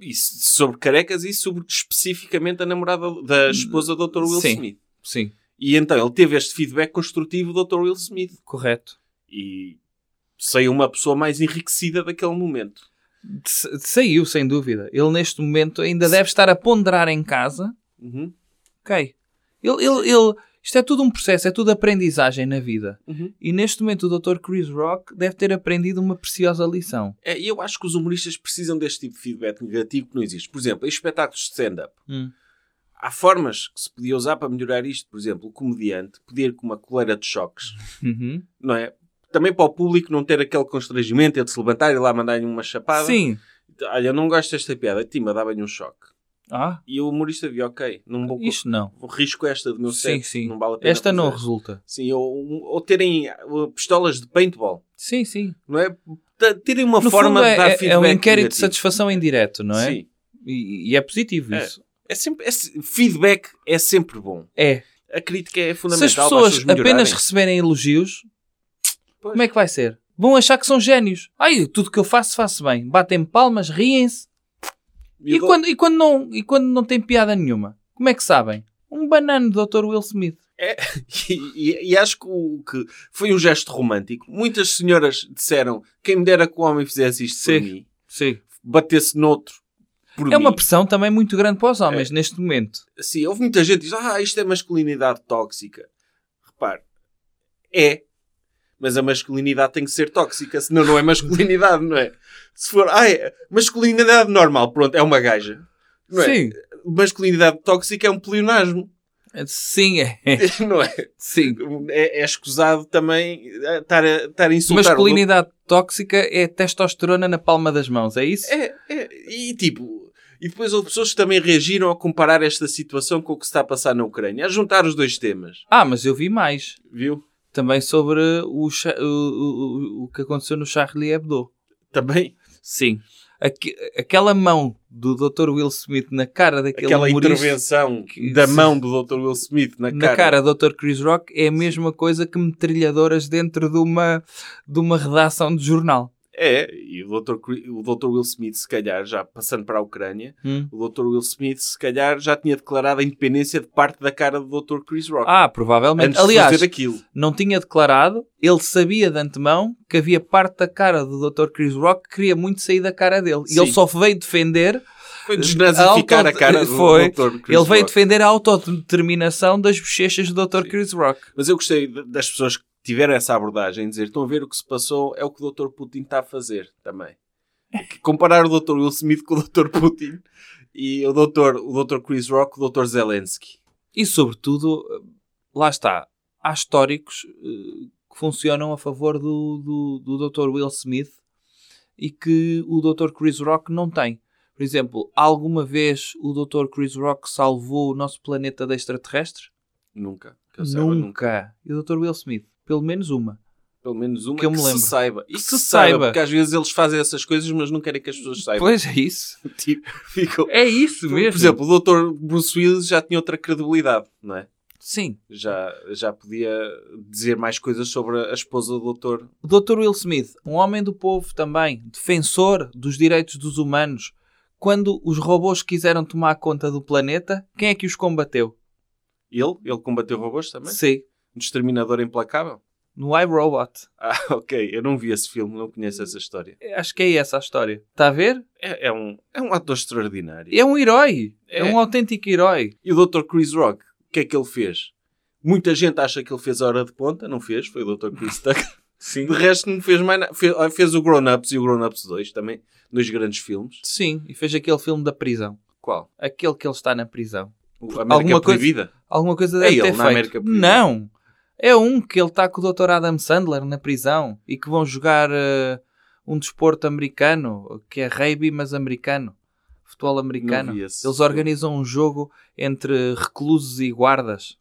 [SPEAKER 2] E sobre carecas e sobre especificamente a namorada da esposa do Dr. Will
[SPEAKER 3] Sim.
[SPEAKER 2] Smith.
[SPEAKER 3] Sim,
[SPEAKER 2] E então ele teve este feedback construtivo do Dr. Will Smith
[SPEAKER 3] correto.
[SPEAKER 2] e saiu uma pessoa mais enriquecida daquele momento.
[SPEAKER 3] Sa- Saiu, sem dúvida. Ele, neste momento, ainda deve estar a ponderar em casa.
[SPEAKER 2] Uhum,
[SPEAKER 3] Ok. Ele, ele, ele- isto é tudo um processo, é tudo aprendizagem na vida.
[SPEAKER 2] uhum.
[SPEAKER 3] E, neste momento, o Dr. Chris Rock deve ter aprendido uma preciosa lição.
[SPEAKER 2] É, e eu acho que os humoristas precisam deste tipo de feedback negativo que não existe. Por exemplo, em espetáculos de stand-up,
[SPEAKER 3] Hum.
[SPEAKER 2] há formas que se podia usar para melhorar isto. Por exemplo, o comediante podia ir com uma coleira de choques,
[SPEAKER 3] Uhum.
[SPEAKER 2] não é? Também para o público não ter aquele constrangimento, é de se levantar e lá mandar-lhe uma chapada.
[SPEAKER 3] Sim.
[SPEAKER 2] Olha, eu não gosto desta piada, Tima, dava-lhe um choque.
[SPEAKER 3] Ah,
[SPEAKER 2] E o humorista viu, ok, não vou.
[SPEAKER 3] isto não.
[SPEAKER 2] vou- Risco esta do meu
[SPEAKER 3] Sim,
[SPEAKER 2] set,
[SPEAKER 3] sim.
[SPEAKER 2] não vale a pena.
[SPEAKER 3] Esta não
[SPEAKER 2] fazer.
[SPEAKER 3] resulta.
[SPEAKER 2] Sim, ou, ou terem uh, pistolas de paintball,
[SPEAKER 3] Sim, sim.
[SPEAKER 2] não é? T- Terem uma
[SPEAKER 3] No
[SPEAKER 2] forma
[SPEAKER 3] fundo,
[SPEAKER 2] de dar
[SPEAKER 3] é, é-
[SPEAKER 2] feedback.
[SPEAKER 3] é um inquérito de
[SPEAKER 2] negativo.
[SPEAKER 3] satisfação em direto, não é?
[SPEAKER 2] Sim.
[SPEAKER 3] E, e é positivo
[SPEAKER 2] É.
[SPEAKER 3] isso.
[SPEAKER 2] É sempre, é se- feedback é sempre bom.
[SPEAKER 3] É.
[SPEAKER 2] A crítica é
[SPEAKER 3] Se
[SPEAKER 2] fundamental.
[SPEAKER 3] as pessoas
[SPEAKER 2] para as
[SPEAKER 3] apenas
[SPEAKER 2] melhorarem.
[SPEAKER 3] receberem elogios,
[SPEAKER 2] Pois.
[SPEAKER 3] como é que vai ser? Vão achar que são génios. Ai, tudo que eu faço, faço bem. Batem palmas, riem-se. E,
[SPEAKER 2] eu dou-
[SPEAKER 3] quando, e, quando não, e quando não tem piada nenhuma? Como é que sabem? Um banano do Dr. Will Smith.
[SPEAKER 2] E, e- e acho que, o, que foi um gesto romântico. Muitas senhoras disseram: quem me dera que o homem fizesse isto
[SPEAKER 3] Sim.
[SPEAKER 2] por mim,
[SPEAKER 3] Sim.
[SPEAKER 2] batesse noutro. Por
[SPEAKER 3] É uma
[SPEAKER 2] mim.
[SPEAKER 3] pressão também muito grande para os homens
[SPEAKER 2] É.
[SPEAKER 3] neste momento.
[SPEAKER 2] Sim, houve muita gente que diz: ah, isto é masculinidade tóxica. Repare, é. Mas a masculinidade tem que ser tóxica, senão não é masculinidade, não é? Se for, ah, é masculinidade normal, pronto, é uma gaja. Não é?
[SPEAKER 3] Sim.
[SPEAKER 2] Masculinidade tóxica é um pleonasmo,
[SPEAKER 3] Sim, é.
[SPEAKER 2] não é?
[SPEAKER 3] Sim.
[SPEAKER 2] É, é escusado também eh, estar a, estar a insultar o outro.
[SPEAKER 3] Masculinidade tóxica é testosterona na palma das mãos, é isso?
[SPEAKER 2] É, é, e tipo, e depois houve pessoas que também reagiram a comparar esta situação com o que se está a passar na Ucrânia, a juntar os dois temas,
[SPEAKER 3] Ah, mas eu vi mais.
[SPEAKER 2] viu?
[SPEAKER 3] Também sobre o, cha- o, o, o- o que aconteceu no Charlie Hebdo.
[SPEAKER 2] Também
[SPEAKER 3] Sim. Aque- aquela mão do Dr. Will Smith na cara daquele
[SPEAKER 2] aquela
[SPEAKER 3] humorista,
[SPEAKER 2] intervenção
[SPEAKER 3] que-
[SPEAKER 2] da mão do Dr. Will Smith na,
[SPEAKER 3] na cara do Dr. Chris Rock é a mesma coisa que metralhadoras dentro de uma, de uma redação de jornal.
[SPEAKER 2] É, e o Dr. Cri- o Dr. Will Smith, se calhar, já passando para a Ucrânia,
[SPEAKER 3] Hum?
[SPEAKER 2] o Dr. Will Smith, se calhar, já tinha declarado a independência de parte da cara do Dr. Chris Rock.
[SPEAKER 3] Ah, provavelmente.
[SPEAKER 2] Antes de
[SPEAKER 3] Aliás,
[SPEAKER 2] fazer aquilo.
[SPEAKER 3] não tinha declarado, ele sabia de antemão que havia parte da cara do Dr. Chris Rock que queria muito sair da cara dele. E
[SPEAKER 2] Sim.
[SPEAKER 3] ele só veio defender,
[SPEAKER 2] Foi desnazificar
[SPEAKER 3] auto-
[SPEAKER 2] a cara do
[SPEAKER 3] Foi.
[SPEAKER 2] Dr. Chris
[SPEAKER 3] ele veio
[SPEAKER 2] Rock.
[SPEAKER 3] defender a autodeterminação das bochechas do Dr.
[SPEAKER 2] Sim.
[SPEAKER 3] Chris Rock.
[SPEAKER 2] Mas eu gostei de- das pessoas que tiveram essa abordagem, dizer, estão a ver o que se passou, é o que o Dr. Putin está a fazer também. Que Comparar o Dr. Will Smith com o Dr. Putin e o Dr. O Dr. Chris Rock com o Dr. Zelensky.
[SPEAKER 3] E sobretudo, lá está, há históricos eh, que funcionam a favor do, do, do Dr. Will Smith e que o Dr. Chris Rock não tem. Por exemplo, alguma vez o Dr. Chris Rock salvou o nosso planeta de extraterrestre?
[SPEAKER 2] Nunca. Que eu saiba,
[SPEAKER 3] Nunca. E o Dr. Will Smith? Pelo menos uma.
[SPEAKER 2] Pelo menos uma
[SPEAKER 3] Que eu me
[SPEAKER 2] que
[SPEAKER 3] lembro.
[SPEAKER 2] se saiba. E que se
[SPEAKER 3] se
[SPEAKER 2] saiba,
[SPEAKER 3] saiba.
[SPEAKER 2] porque às vezes eles fazem essas coisas, mas não querem que as pessoas saibam.
[SPEAKER 3] Pois é isso.
[SPEAKER 2] Tipo, ficam...
[SPEAKER 3] É isso
[SPEAKER 2] Por exemplo, o Dr. Bruce Willis já tinha outra credibilidade, não é?
[SPEAKER 3] Sim.
[SPEAKER 2] Já, já podia dizer mais coisas sobre a esposa do Dr.
[SPEAKER 3] O Dr. Will Smith, um homem do povo também, defensor dos direitos dos humanos, quando os robôs quiseram tomar conta do planeta, quem é que os combateu?
[SPEAKER 2] Ele? Ele combateu robôs também?
[SPEAKER 3] Sim.
[SPEAKER 2] Um Exterminador Implacável?
[SPEAKER 3] No iRobot.
[SPEAKER 2] Ah, ok. Eu não vi esse filme, não conheço essa história.
[SPEAKER 3] Acho que é essa a história. Está a ver?
[SPEAKER 2] É, é um, é um ator extraordinário.
[SPEAKER 3] É um herói. É,
[SPEAKER 2] É.
[SPEAKER 3] um autêntico herói.
[SPEAKER 2] E o Dr. Chris Rock, o que é que ele fez? Muita gente acha que ele fez a Hora de Ponta, não fez, foi o Dr. Chris Tucker.
[SPEAKER 3] Sim.
[SPEAKER 2] De resto, não fez mais nada. Fez, fez o Grown Ups e o Grown Ups 2 também, dois grandes filmes.
[SPEAKER 3] Sim. E fez aquele filme da prisão.
[SPEAKER 2] Qual?
[SPEAKER 3] Aquele que ele está na prisão.
[SPEAKER 2] O América
[SPEAKER 3] Alguma coisa-
[SPEAKER 2] Proibida?
[SPEAKER 3] Alguma coisa
[SPEAKER 2] É
[SPEAKER 3] deve
[SPEAKER 2] ele,
[SPEAKER 3] ter
[SPEAKER 2] na
[SPEAKER 3] feito.
[SPEAKER 2] América Proibida.
[SPEAKER 3] Não. É um que ele está com o Dr. Adam Sandler na prisão e que vão jogar eh, um desporto americano, que é rugby, mas americano. Futebol americano.
[SPEAKER 2] Não vi esse.
[SPEAKER 3] Eles organizam um jogo entre reclusos e guardas.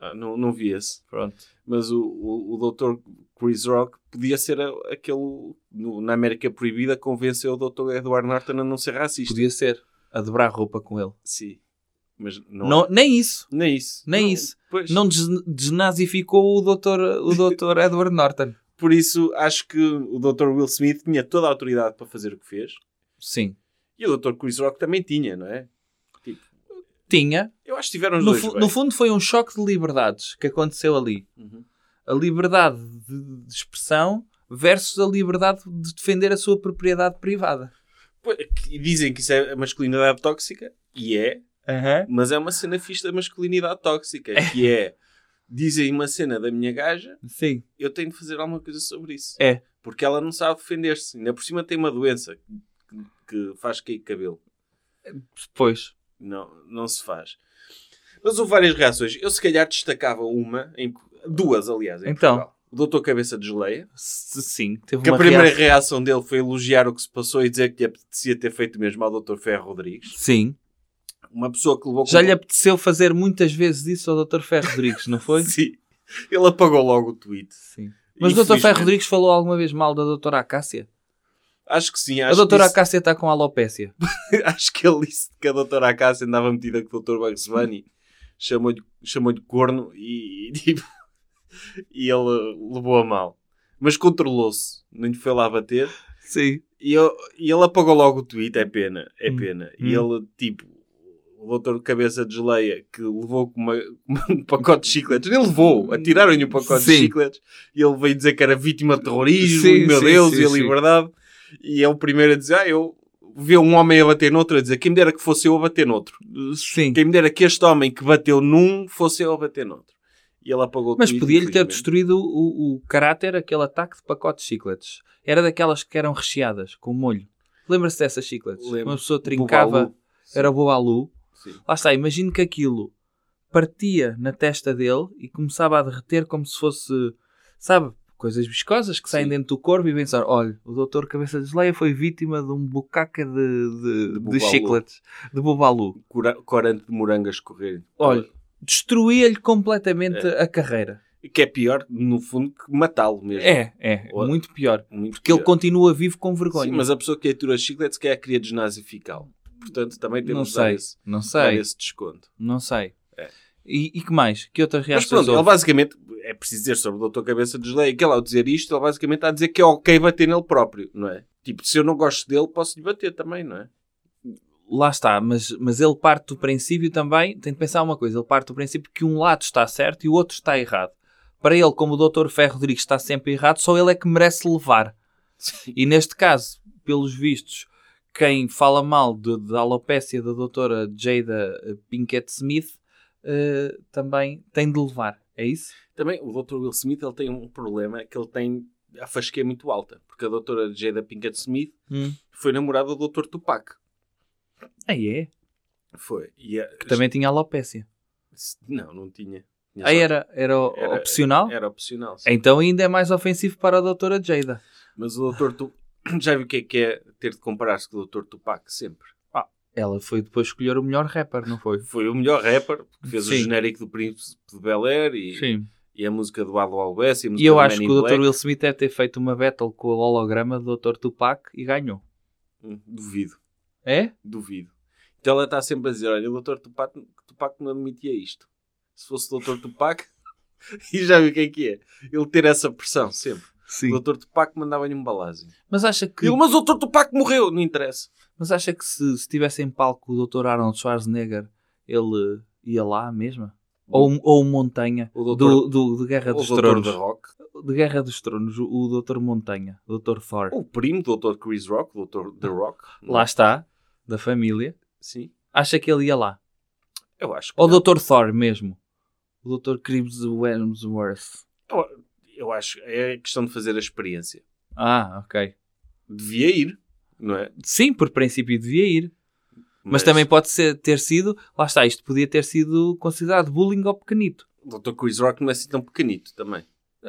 [SPEAKER 2] Ah, não, não vi esse.
[SPEAKER 3] Pronto.
[SPEAKER 2] Mas o, o, o Dr. Chris Rock podia ser a- aquele... no- na América Proibida convenceu o Dr. Edward Norton a não ser racista.
[SPEAKER 3] Podia ser. A dobrar roupa com ele.
[SPEAKER 2] Sim. Mas não... é.
[SPEAKER 3] Não, nem isso.
[SPEAKER 2] Nem isso.
[SPEAKER 3] Nem
[SPEAKER 2] Não,
[SPEAKER 3] isso.
[SPEAKER 2] pois.
[SPEAKER 3] Não des desnazificou o Dr. O Dr. Edward Norton.
[SPEAKER 2] Por isso, acho que o Dr. Will Smith tinha toda a autoridade para fazer o que fez.
[SPEAKER 3] Sim.
[SPEAKER 2] E o Dr. Chris Rock também tinha, não é? Tipo,
[SPEAKER 3] Tinha.
[SPEAKER 2] eu acho que tiveram os
[SPEAKER 3] No,
[SPEAKER 2] dois
[SPEAKER 3] fu-
[SPEAKER 2] bem.
[SPEAKER 3] no fundo foi um choque de liberdades que aconteceu ali.
[SPEAKER 2] Uhum.
[SPEAKER 3] a liberdade de, de expressão versus a liberdade de defender a sua propriedade privada.
[SPEAKER 2] Pois, que Dizem que isso é a masculinidade tóxica. E é. Mas é uma cena fixe da masculinidade tóxica. Que é... Dizem uma cena da minha gaja,
[SPEAKER 3] Sim.
[SPEAKER 2] eu tenho de fazer alguma coisa sobre isso.
[SPEAKER 3] É.
[SPEAKER 2] Porque ela não sabe defender-se. Ainda por cima tem uma doença que, que faz cair cabelo.
[SPEAKER 3] Pois.
[SPEAKER 2] Não, não se faz. Mas houve várias reações. Eu, se calhar, destacava uma, em- duas, aliás. Em
[SPEAKER 3] Então.
[SPEAKER 2] Portugal. O doutor Cabeça de Geleia,
[SPEAKER 3] S- Sim. Teve
[SPEAKER 2] que
[SPEAKER 3] uma
[SPEAKER 2] a primeira
[SPEAKER 3] reação-
[SPEAKER 2] reação dele foi elogiar o que se passou e dizer que lhe apetecia ter feito mesmo ao doutor Ferro Rodrigues.
[SPEAKER 3] Sim.
[SPEAKER 2] Uma pessoa que levou... com-
[SPEAKER 3] Já lhe apeteceu fazer muitas vezes isso ao Dr. Ferro Rodrigues, não foi?
[SPEAKER 2] Sim. Ele apagou logo o tweet.
[SPEAKER 3] Sim. Mas o Dr.
[SPEAKER 2] Infelizmente.
[SPEAKER 3] Ferro Rodrigues falou alguma vez mal da Dra. Acácia?
[SPEAKER 2] Acho que sim.
[SPEAKER 3] A
[SPEAKER 2] Acho,
[SPEAKER 3] Dra.
[SPEAKER 2] que,
[SPEAKER 3] Acácia está com alopécia.
[SPEAKER 2] disse- acho que ele disse que a doutora Acácia andava metida com o doutor Bagsvani. Chamou-lhe chamou corno e, e, tipo, e ele levou a mal. Mas controlou-se, nem lhe foi lá bater.
[SPEAKER 3] Sim.
[SPEAKER 2] E, eu- e ele apagou logo o tweet, é pena, é
[SPEAKER 3] Hum.
[SPEAKER 2] pena.
[SPEAKER 3] Hum.
[SPEAKER 2] E ele, tipo, o doutor de cabeça desleia que levou com uma- com um pacote de chicletes. Ele levou, atiraram-lhe um pacote
[SPEAKER 3] Hum. Sim.
[SPEAKER 2] de chicletes. E ele veio dizer que era vítima de terrorismo,
[SPEAKER 3] Sim,
[SPEAKER 2] e, meu
[SPEAKER 3] sim,
[SPEAKER 2] Deus,
[SPEAKER 3] sim,
[SPEAKER 2] e a
[SPEAKER 3] sim.
[SPEAKER 2] liberdade. E é o primeiro a dizer, ah, eu vi um homem a bater noutro, a dizer, quem me dera que fosse eu a bater noutro.
[SPEAKER 3] Sim.
[SPEAKER 2] Quem me dera que este homem que bateu num fosse eu a bater noutro. E ele apagou o
[SPEAKER 3] Mas
[SPEAKER 2] tweet,
[SPEAKER 3] podia-lhe ter
[SPEAKER 2] infelizmente.
[SPEAKER 3] destruído o, o caráter aquele ataque de pacotes de chicletes. Era daquelas que eram recheadas, com molho. Lembra-se dessas chicletes?
[SPEAKER 2] Lembro.
[SPEAKER 3] Uma pessoa trincava,
[SPEAKER 2] Bubalu.
[SPEAKER 3] era o Bobalu.
[SPEAKER 2] Sim.
[SPEAKER 3] Lá está, imagino que aquilo partia na testa dele e começava a derreter como se fosse, sabe, coisas viscosas que saem
[SPEAKER 2] Sim.
[SPEAKER 3] dentro do corpo e pensar, olha, o doutor Cabeça de Geleia foi vítima de um bocaca de, de, de,
[SPEAKER 2] Bubalu.
[SPEAKER 3] chicletes, de Bobalu.
[SPEAKER 2] Cora- Corante de moranga escorrer.
[SPEAKER 3] Olha, destruía-lhe completamente a carreira.
[SPEAKER 2] que é pior, no fundo, que matá-lo mesmo.
[SPEAKER 3] É, é,
[SPEAKER 2] Olha.
[SPEAKER 3] muito pior.
[SPEAKER 2] Muito
[SPEAKER 3] Porque ele
[SPEAKER 2] pior.
[SPEAKER 3] continua vivo com vergonha.
[SPEAKER 2] Sim, mas a pessoa que atura chicletes quer queria desnazificá-lo. Portanto, também
[SPEAKER 3] não
[SPEAKER 2] temos de dar
[SPEAKER 3] sei,
[SPEAKER 2] esse,
[SPEAKER 3] não
[SPEAKER 2] dar
[SPEAKER 3] sei,
[SPEAKER 2] esse desconto.
[SPEAKER 3] não sei.
[SPEAKER 2] É.
[SPEAKER 3] E, e que mais? Que outras
[SPEAKER 2] Mas
[SPEAKER 3] reações
[SPEAKER 2] pronto, ele
[SPEAKER 3] houve?
[SPEAKER 2] basicamente, é preciso dizer sobre o doutor Cabeça de Geleia, que ele ao dizer isto, ele basicamente está a dizer que é ok bater nele próprio, não é? Tipo, se eu não gosto dele, posso-lhe bater também, não é?
[SPEAKER 3] Lá está, mas, mas ele parte do princípio também, tem de pensar uma coisa, ele parte do princípio que um lado está certo e o outro está errado. Para ele, como o Dr. Ferro Rodrigues está sempre errado, só ele é que merece levar. E neste caso, pelos vistos, quem fala mal de- da alopécia da doutora Jada Pinkett Smith eh, também tem de levar, é isso?
[SPEAKER 2] Também, o doutor Will Smith, ele tem um problema, que ele tem a fasquia muito alta. Porque a doutora Jada Pinkett Smith
[SPEAKER 3] Hum.
[SPEAKER 2] foi namorada do doutor Tupac.
[SPEAKER 3] Aí é.
[SPEAKER 2] Foi. E a-
[SPEAKER 3] Que também Ah, é, tinha alopécia.
[SPEAKER 2] Não, não tinha. Tinha
[SPEAKER 3] Aí
[SPEAKER 2] só-
[SPEAKER 3] era, era, o-
[SPEAKER 2] Era-
[SPEAKER 3] opcional?
[SPEAKER 2] Era opcional. sim.
[SPEAKER 3] Então ainda Oh. é mais ofensivo para a doutora Jada.
[SPEAKER 2] Mas o doutor tu já viu o que é que é ter de comparar-se com o doutor Tupac sempre.
[SPEAKER 3] Ela foi depois escolher o melhor rapper, não foi?
[SPEAKER 2] Foi o melhor rapper, porque fez o
[SPEAKER 3] Sim.
[SPEAKER 2] genérico do Príncipe de Bel Air e,
[SPEAKER 3] Sim.
[SPEAKER 2] e a música do Aldo Alves e a música
[SPEAKER 3] E eu
[SPEAKER 2] do
[SPEAKER 3] acho
[SPEAKER 2] Man
[SPEAKER 3] que
[SPEAKER 2] in
[SPEAKER 3] o Dr.
[SPEAKER 2] Black.
[SPEAKER 3] Will Smith deve ter feito uma battle com o holograma do Dr. Tupac e ganhou.
[SPEAKER 2] Hum, Duvido,
[SPEAKER 3] É?
[SPEAKER 2] duvido. Então ela está sempre a dizer: olha, o doutor Tupac, Tupac não admitia isto. Se fosse o doutor Tupac. E já viu o que é que é? Ele ter essa pressão sempre.
[SPEAKER 3] Sim.
[SPEAKER 2] O doutor Tupac mandava-lhe um balazinho.
[SPEAKER 3] Mas acha que,
[SPEAKER 2] E ele, mas o doutor Tupac morreu! Não interessa.
[SPEAKER 3] mas acha que se, se tivesse em palco o Dr. Arnold Schwarzenegger, ele ia lá mesmo? Ou, ou o Montanha,
[SPEAKER 2] Hum. O
[SPEAKER 3] do, do, de Guerra
[SPEAKER 2] o
[SPEAKER 3] dos
[SPEAKER 2] doutor
[SPEAKER 3] Tronos.
[SPEAKER 2] The Rock.
[SPEAKER 3] De Guerra dos Tronos, o, o Dr. Montanha, o Dr. Thor.
[SPEAKER 2] O primo do Dr. Chris Rock, o Dr. The Rock. é?
[SPEAKER 3] Lá está, da família.
[SPEAKER 2] Sim.
[SPEAKER 3] Acha que ele ia lá?
[SPEAKER 2] Eu acho que
[SPEAKER 3] Ou o
[SPEAKER 2] não.
[SPEAKER 3] Dr. Thor mesmo? O Dr. Cribbs Hemsworth.
[SPEAKER 2] Eu acho é questão de fazer a experiência.
[SPEAKER 3] Ah, ok.
[SPEAKER 2] Devia ir, não é?
[SPEAKER 3] Sim, por princípio devia ir. Mas, também pode ser, ter sido, lá está, isto podia ter sido considerado bullying ao pequenito.
[SPEAKER 2] O Dr. Chris Rock não é assim tão pequenito também.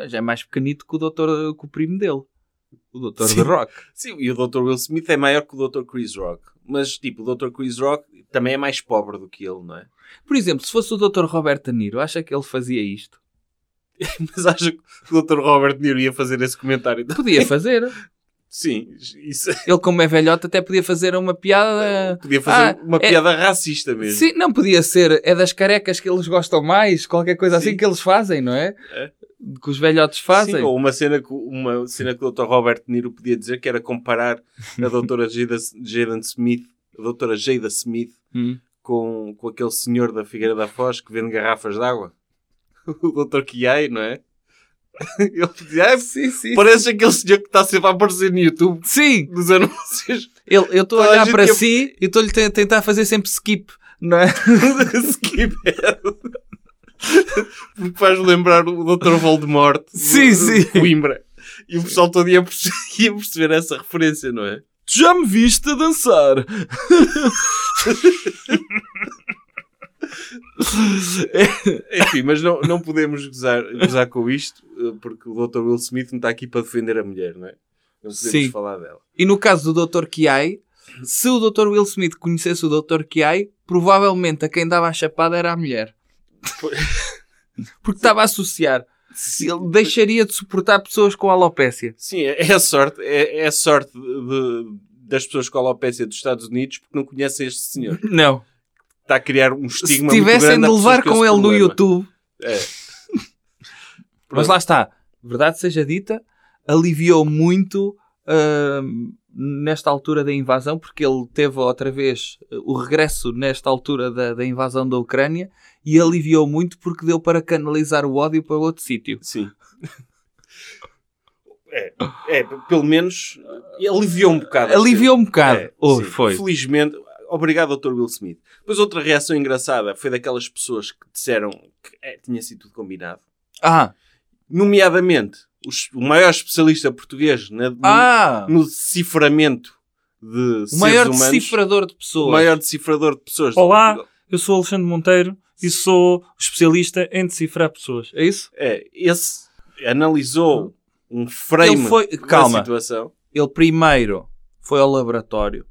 [SPEAKER 3] Já é mais pequenito que o doutor, que o primo dele. O Dr.
[SPEAKER 2] Sim.
[SPEAKER 3] The Rock.
[SPEAKER 2] Sim, e o Dr. Will Smith é maior que o Dr. Chris Rock. Mas, tipo, o Dr. Chris Rock também é mais pobre do que ele, não é?
[SPEAKER 3] Por exemplo, se fosse o Dr. Roberto De Niro, acha que ele fazia isto?
[SPEAKER 2] Mas acho que o Dr. Robert De Niro ia fazer esse comentário.
[SPEAKER 3] Podia fazer.
[SPEAKER 2] Sim, isso
[SPEAKER 3] Ele, como é velhote, até podia fazer uma piada...
[SPEAKER 2] podia fazer
[SPEAKER 3] ah,
[SPEAKER 2] uma
[SPEAKER 3] é-
[SPEAKER 2] piada racista mesmo.
[SPEAKER 3] Sim, não podia ser. É das carecas que eles gostam mais, qualquer coisa
[SPEAKER 2] Sim.
[SPEAKER 3] assim que eles fazem, não é?
[SPEAKER 2] É.
[SPEAKER 3] Que os velhotes fazem.
[SPEAKER 2] Sim, ou uma cena, que, uma cena que o Dr. Robert De Niro podia dizer que era comparar a doutora Jada, Jada Smith, a doutora Jada Smith
[SPEAKER 3] Hum.
[SPEAKER 2] com, com aquele senhor da Figueira da Foz que vende garrafas de água. O doutor Kiai, não é? Ele dizia, "Ah,
[SPEAKER 3] Sim, sim.
[SPEAKER 2] parece aquele senhor que está sempre a aparecer no YouTube
[SPEAKER 3] Sim,
[SPEAKER 2] dos anúncios.
[SPEAKER 3] ele, eu estou a
[SPEAKER 2] Toda a
[SPEAKER 3] olhar
[SPEAKER 2] gente
[SPEAKER 3] para
[SPEAKER 2] ia-
[SPEAKER 3] si e estou-lhe a tentar fazer sempre skip, não é?
[SPEAKER 2] Skip ad. Porque faz-me lembrar o Dr. Voldemort de-
[SPEAKER 3] Sim, sim.
[SPEAKER 2] de Coimbra. E o pessoal todo ia perce- ia perceber essa referência, não é?
[SPEAKER 3] Tu já me viste a dançar.
[SPEAKER 2] Enfim, mas não, não podemos gozar, gozar com isto, eh, porque o Dr. Will Smith não está aqui para defender a mulher, não é? Não podemos
[SPEAKER 3] Sim.
[SPEAKER 2] falar dela.
[SPEAKER 3] E no caso do Dr. Kiai, se o Dr. Will Smith conhecesse o Dr. Kiai, provavelmente a quem dava a chapada era a mulher. Porque estava a associar. Ele deixaria de suportar pessoas com alopécia.
[SPEAKER 2] Sim, é, é a sorte, é, é a sorte de- das pessoas com alopécia dos Estados Unidos porque não conhecem este senhor.
[SPEAKER 3] Não.
[SPEAKER 2] Está a criar um estigma
[SPEAKER 3] se tivessem
[SPEAKER 2] muito grande
[SPEAKER 3] de
[SPEAKER 2] a pessoas
[SPEAKER 3] levar com
[SPEAKER 2] esse
[SPEAKER 3] ele no
[SPEAKER 2] problema.
[SPEAKER 3] YouTube.
[SPEAKER 2] É.
[SPEAKER 3] Mas lá está, verdade seja dita, aliviou muito hum, nesta altura da invasão, porque ele teve outra vez eh, o regresso nesta altura da, da invasão da Ucrânia e aliviou muito porque deu para canalizar o ódio para outro sítio.
[SPEAKER 2] Sim. É, é, pelo menos aliviou um bocado.
[SPEAKER 3] Aliviou um bocado.
[SPEAKER 2] É,
[SPEAKER 3] Oh,
[SPEAKER 2] sim.
[SPEAKER 3] foi.
[SPEAKER 2] Felizmente. Obrigado, Dr. Will Smith. Depois, outra reação engraçada foi daquelas pessoas que disseram que é, tinha sido tudo combinado.
[SPEAKER 3] Ah,
[SPEAKER 2] Nomeadamente, os- o maior especialista português na- no,
[SPEAKER 3] ah,
[SPEAKER 2] no deciframento de
[SPEAKER 3] o
[SPEAKER 2] seres
[SPEAKER 3] maior
[SPEAKER 2] humanos.
[SPEAKER 3] decifrador de pessoas.
[SPEAKER 2] O maior decifrador de pessoas. de
[SPEAKER 4] Olá.
[SPEAKER 2] Portugal.
[SPEAKER 4] Eu sou Alexandre Monteiro e sou especialista em decifrar pessoas.
[SPEAKER 3] É isso?
[SPEAKER 2] É, esse analisou um frame
[SPEAKER 3] Ele foi-
[SPEAKER 2] da
[SPEAKER 3] calma.
[SPEAKER 2] situação.
[SPEAKER 3] Ele primeiro foi ao laboratório,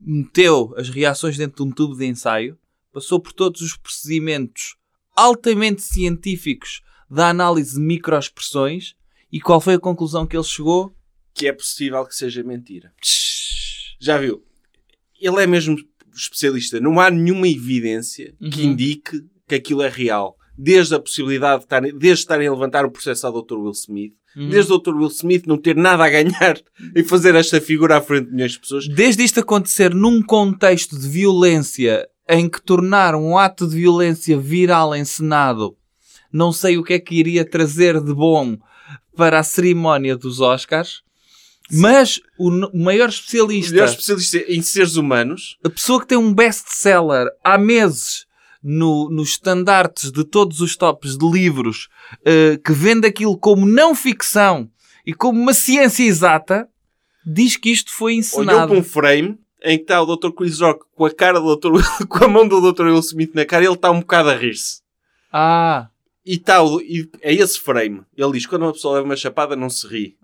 [SPEAKER 3] meteu as reações dentro de um tubo de ensaio, passou por todos os procedimentos altamente científicos da análise de microexpressões e qual foi a conclusão que ele chegou?
[SPEAKER 2] Que é possível que seja mentira.
[SPEAKER 3] Tsh,
[SPEAKER 2] Já viu? Ele é mesmo especialista. Não há nenhuma evidência que
[SPEAKER 3] Uhum.
[SPEAKER 2] indique que aquilo é real. Desde a possibilidade de estarem, desde estarem a levantar o processo ao Dr. Will Smith,
[SPEAKER 3] hum. Desde...
[SPEAKER 2] desde o Dr. Will Smith não ter nada a ganhar em fazer esta figura à frente de milhões de pessoas,
[SPEAKER 3] isto acontecer num contexto de violência em que tornar um ato de violência viral encenado, não sei o que é que iria trazer de bom para a cerimónia dos Oscars, mas o, no- o maior
[SPEAKER 2] o
[SPEAKER 3] especialista
[SPEAKER 2] melhor especialista em seres humanos,
[SPEAKER 3] A pessoa que tem um best-seller há meses no- nos estandartes de todos os tops de livros, eh, que vende aquilo como não ficção e como uma ciência exata, diz que isto foi
[SPEAKER 2] olhou
[SPEAKER 3] encenado.
[SPEAKER 2] para um frame em que está o Dr. Chris Rock com a cara do Dr. Will- com a mão do Dr. Will Smith na cara, ele está um bocado a rir-se.
[SPEAKER 3] Ah,
[SPEAKER 2] E tal, e é esse frame. Ele diz: quando uma pessoa leva uma chapada, não se ri.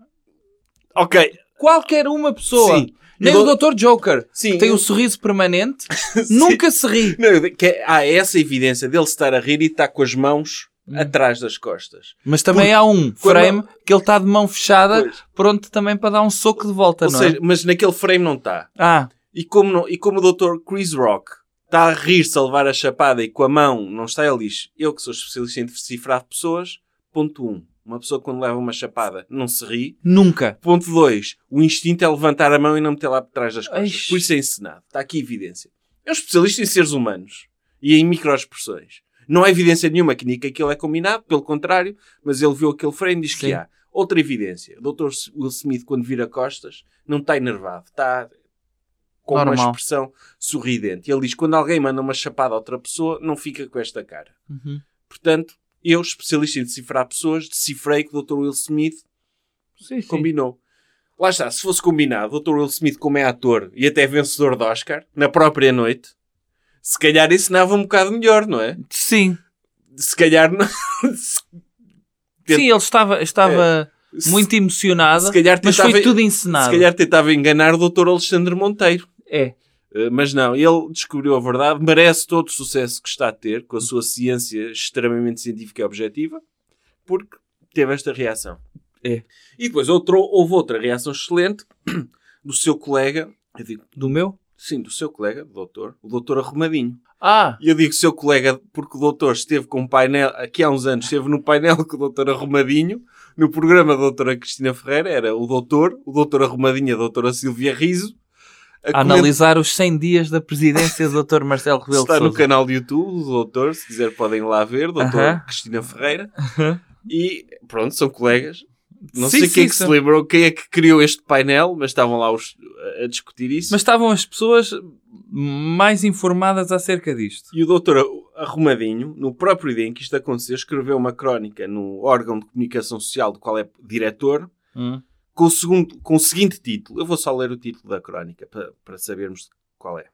[SPEAKER 2] Ok,
[SPEAKER 3] qualquer uma pessoa.
[SPEAKER 2] sim.
[SPEAKER 3] Nem
[SPEAKER 2] Eu
[SPEAKER 3] o Dr. Joker.
[SPEAKER 2] Sim.
[SPEAKER 3] que Tem
[SPEAKER 2] eu-
[SPEAKER 3] um sorriso permanente,
[SPEAKER 2] Sim.
[SPEAKER 3] nunca se ri.
[SPEAKER 2] Não, eu- que é- há essa evidência dele estar a rir e estar com as mãos
[SPEAKER 3] Hum.
[SPEAKER 2] atrás das costas.
[SPEAKER 3] Mas também há um
[SPEAKER 2] quando-
[SPEAKER 3] frame que ele está de mão fechada,
[SPEAKER 2] Pois.
[SPEAKER 3] pronto também para dar um soco de volta,
[SPEAKER 2] Ou
[SPEAKER 3] não
[SPEAKER 2] seja,
[SPEAKER 3] é?
[SPEAKER 2] mas naquele frame não está.
[SPEAKER 3] Ah,
[SPEAKER 2] E como, não- e como o Dr. Chris Rock está a rir-se a levar a chapada e com a mão não está, ele diz: Eu que sou especialista em decifrar pessoas. Ponto 1. Um, uma pessoa quando leva uma chapada não se ri.
[SPEAKER 3] nunca.
[SPEAKER 2] Ponto 2. O instinto é levantar a mão e não meter lá por trás das costas.
[SPEAKER 3] Eish.
[SPEAKER 2] Por isso é encenado. Está aqui evidência. É um especialista em seres humanos e em microexpressões. Não há evidência nenhuma que nem que aquilo é combinado, pelo contrário, mas ele viu aquele frame e diz que
[SPEAKER 3] Sim.
[SPEAKER 2] há. Outra evidência. O Dr. Will Smith, quando vira costas, não está enervado. Está com uma
[SPEAKER 3] Normal.
[SPEAKER 2] expressão sorridente. Ele diz, quando alguém manda uma chapada a outra pessoa, não fica com esta cara.
[SPEAKER 3] Uhum.
[SPEAKER 2] Portanto, eu, especialista em decifrar pessoas, decifrei que o Dr. Will Smith
[SPEAKER 3] Sim, sim.
[SPEAKER 2] combinou. Lá está, se fosse combinado, o Dr. Will Smith, como é ator e até vencedor de Oscar, na própria noite, se calhar ensinava um bocado melhor, não é?
[SPEAKER 3] Sim.
[SPEAKER 2] Se calhar não. se, Ter-
[SPEAKER 3] Sim, ele estava, estava
[SPEAKER 2] é, se-
[SPEAKER 3] muito emocionado,
[SPEAKER 2] se calhar
[SPEAKER 3] mas
[SPEAKER 2] tentava-
[SPEAKER 3] foi tudo
[SPEAKER 2] se
[SPEAKER 3] encenado.
[SPEAKER 2] calhar tentava enganar o Dr. Alexandre Monteiro.
[SPEAKER 3] É.
[SPEAKER 2] Eh, Mas não, ele descobriu a verdade, merece todo o sucesso que está a ter com a sua ciência extremamente científica e objetiva, porque teve esta reação.
[SPEAKER 3] É.
[SPEAKER 2] E depois outro, houve outra reação excelente do seu colega, eu digo,
[SPEAKER 3] Do meu?
[SPEAKER 2] Sim, do seu colega, do doutor, o doutor Arrumadinho.
[SPEAKER 3] Ah,
[SPEAKER 2] E eu digo seu colega porque o doutor esteve com um painel, aqui há uns anos, esteve no painel com o doutor Arrumadinho, no programa da doutora Cristina Ferreira, era o doutor, o doutor Arrumadinho e a doutora Silvia Riso.
[SPEAKER 3] a analisar os 100 dias da presidência do Dr. Marcelo Rebelo de
[SPEAKER 2] Está no
[SPEAKER 3] Sousa.
[SPEAKER 2] canal do YouTube, o doutor, se quiser podem lá ver, doutor
[SPEAKER 3] Aham.
[SPEAKER 2] Cristina Ferreira.
[SPEAKER 3] Aham.
[SPEAKER 2] E pronto, são colegas. Não
[SPEAKER 3] Sim,
[SPEAKER 2] sei
[SPEAKER 3] sim,
[SPEAKER 2] quem é que
[SPEAKER 3] são.
[SPEAKER 2] se lembrou, quem é que criou este painel, mas estavam lá os- a- a discutir isso.
[SPEAKER 3] Mas estavam as pessoas mais informadas acerca disto.
[SPEAKER 2] E o doutor Arrumadinho, no próprio dia em que isto aconteceu, escreveu uma crónica no órgão de comunicação social do qual é diretor,
[SPEAKER 3] Hum.
[SPEAKER 2] com o, segundo, com o seguinte título. Eu vou só ler o título da crónica para, para sabermos qual é.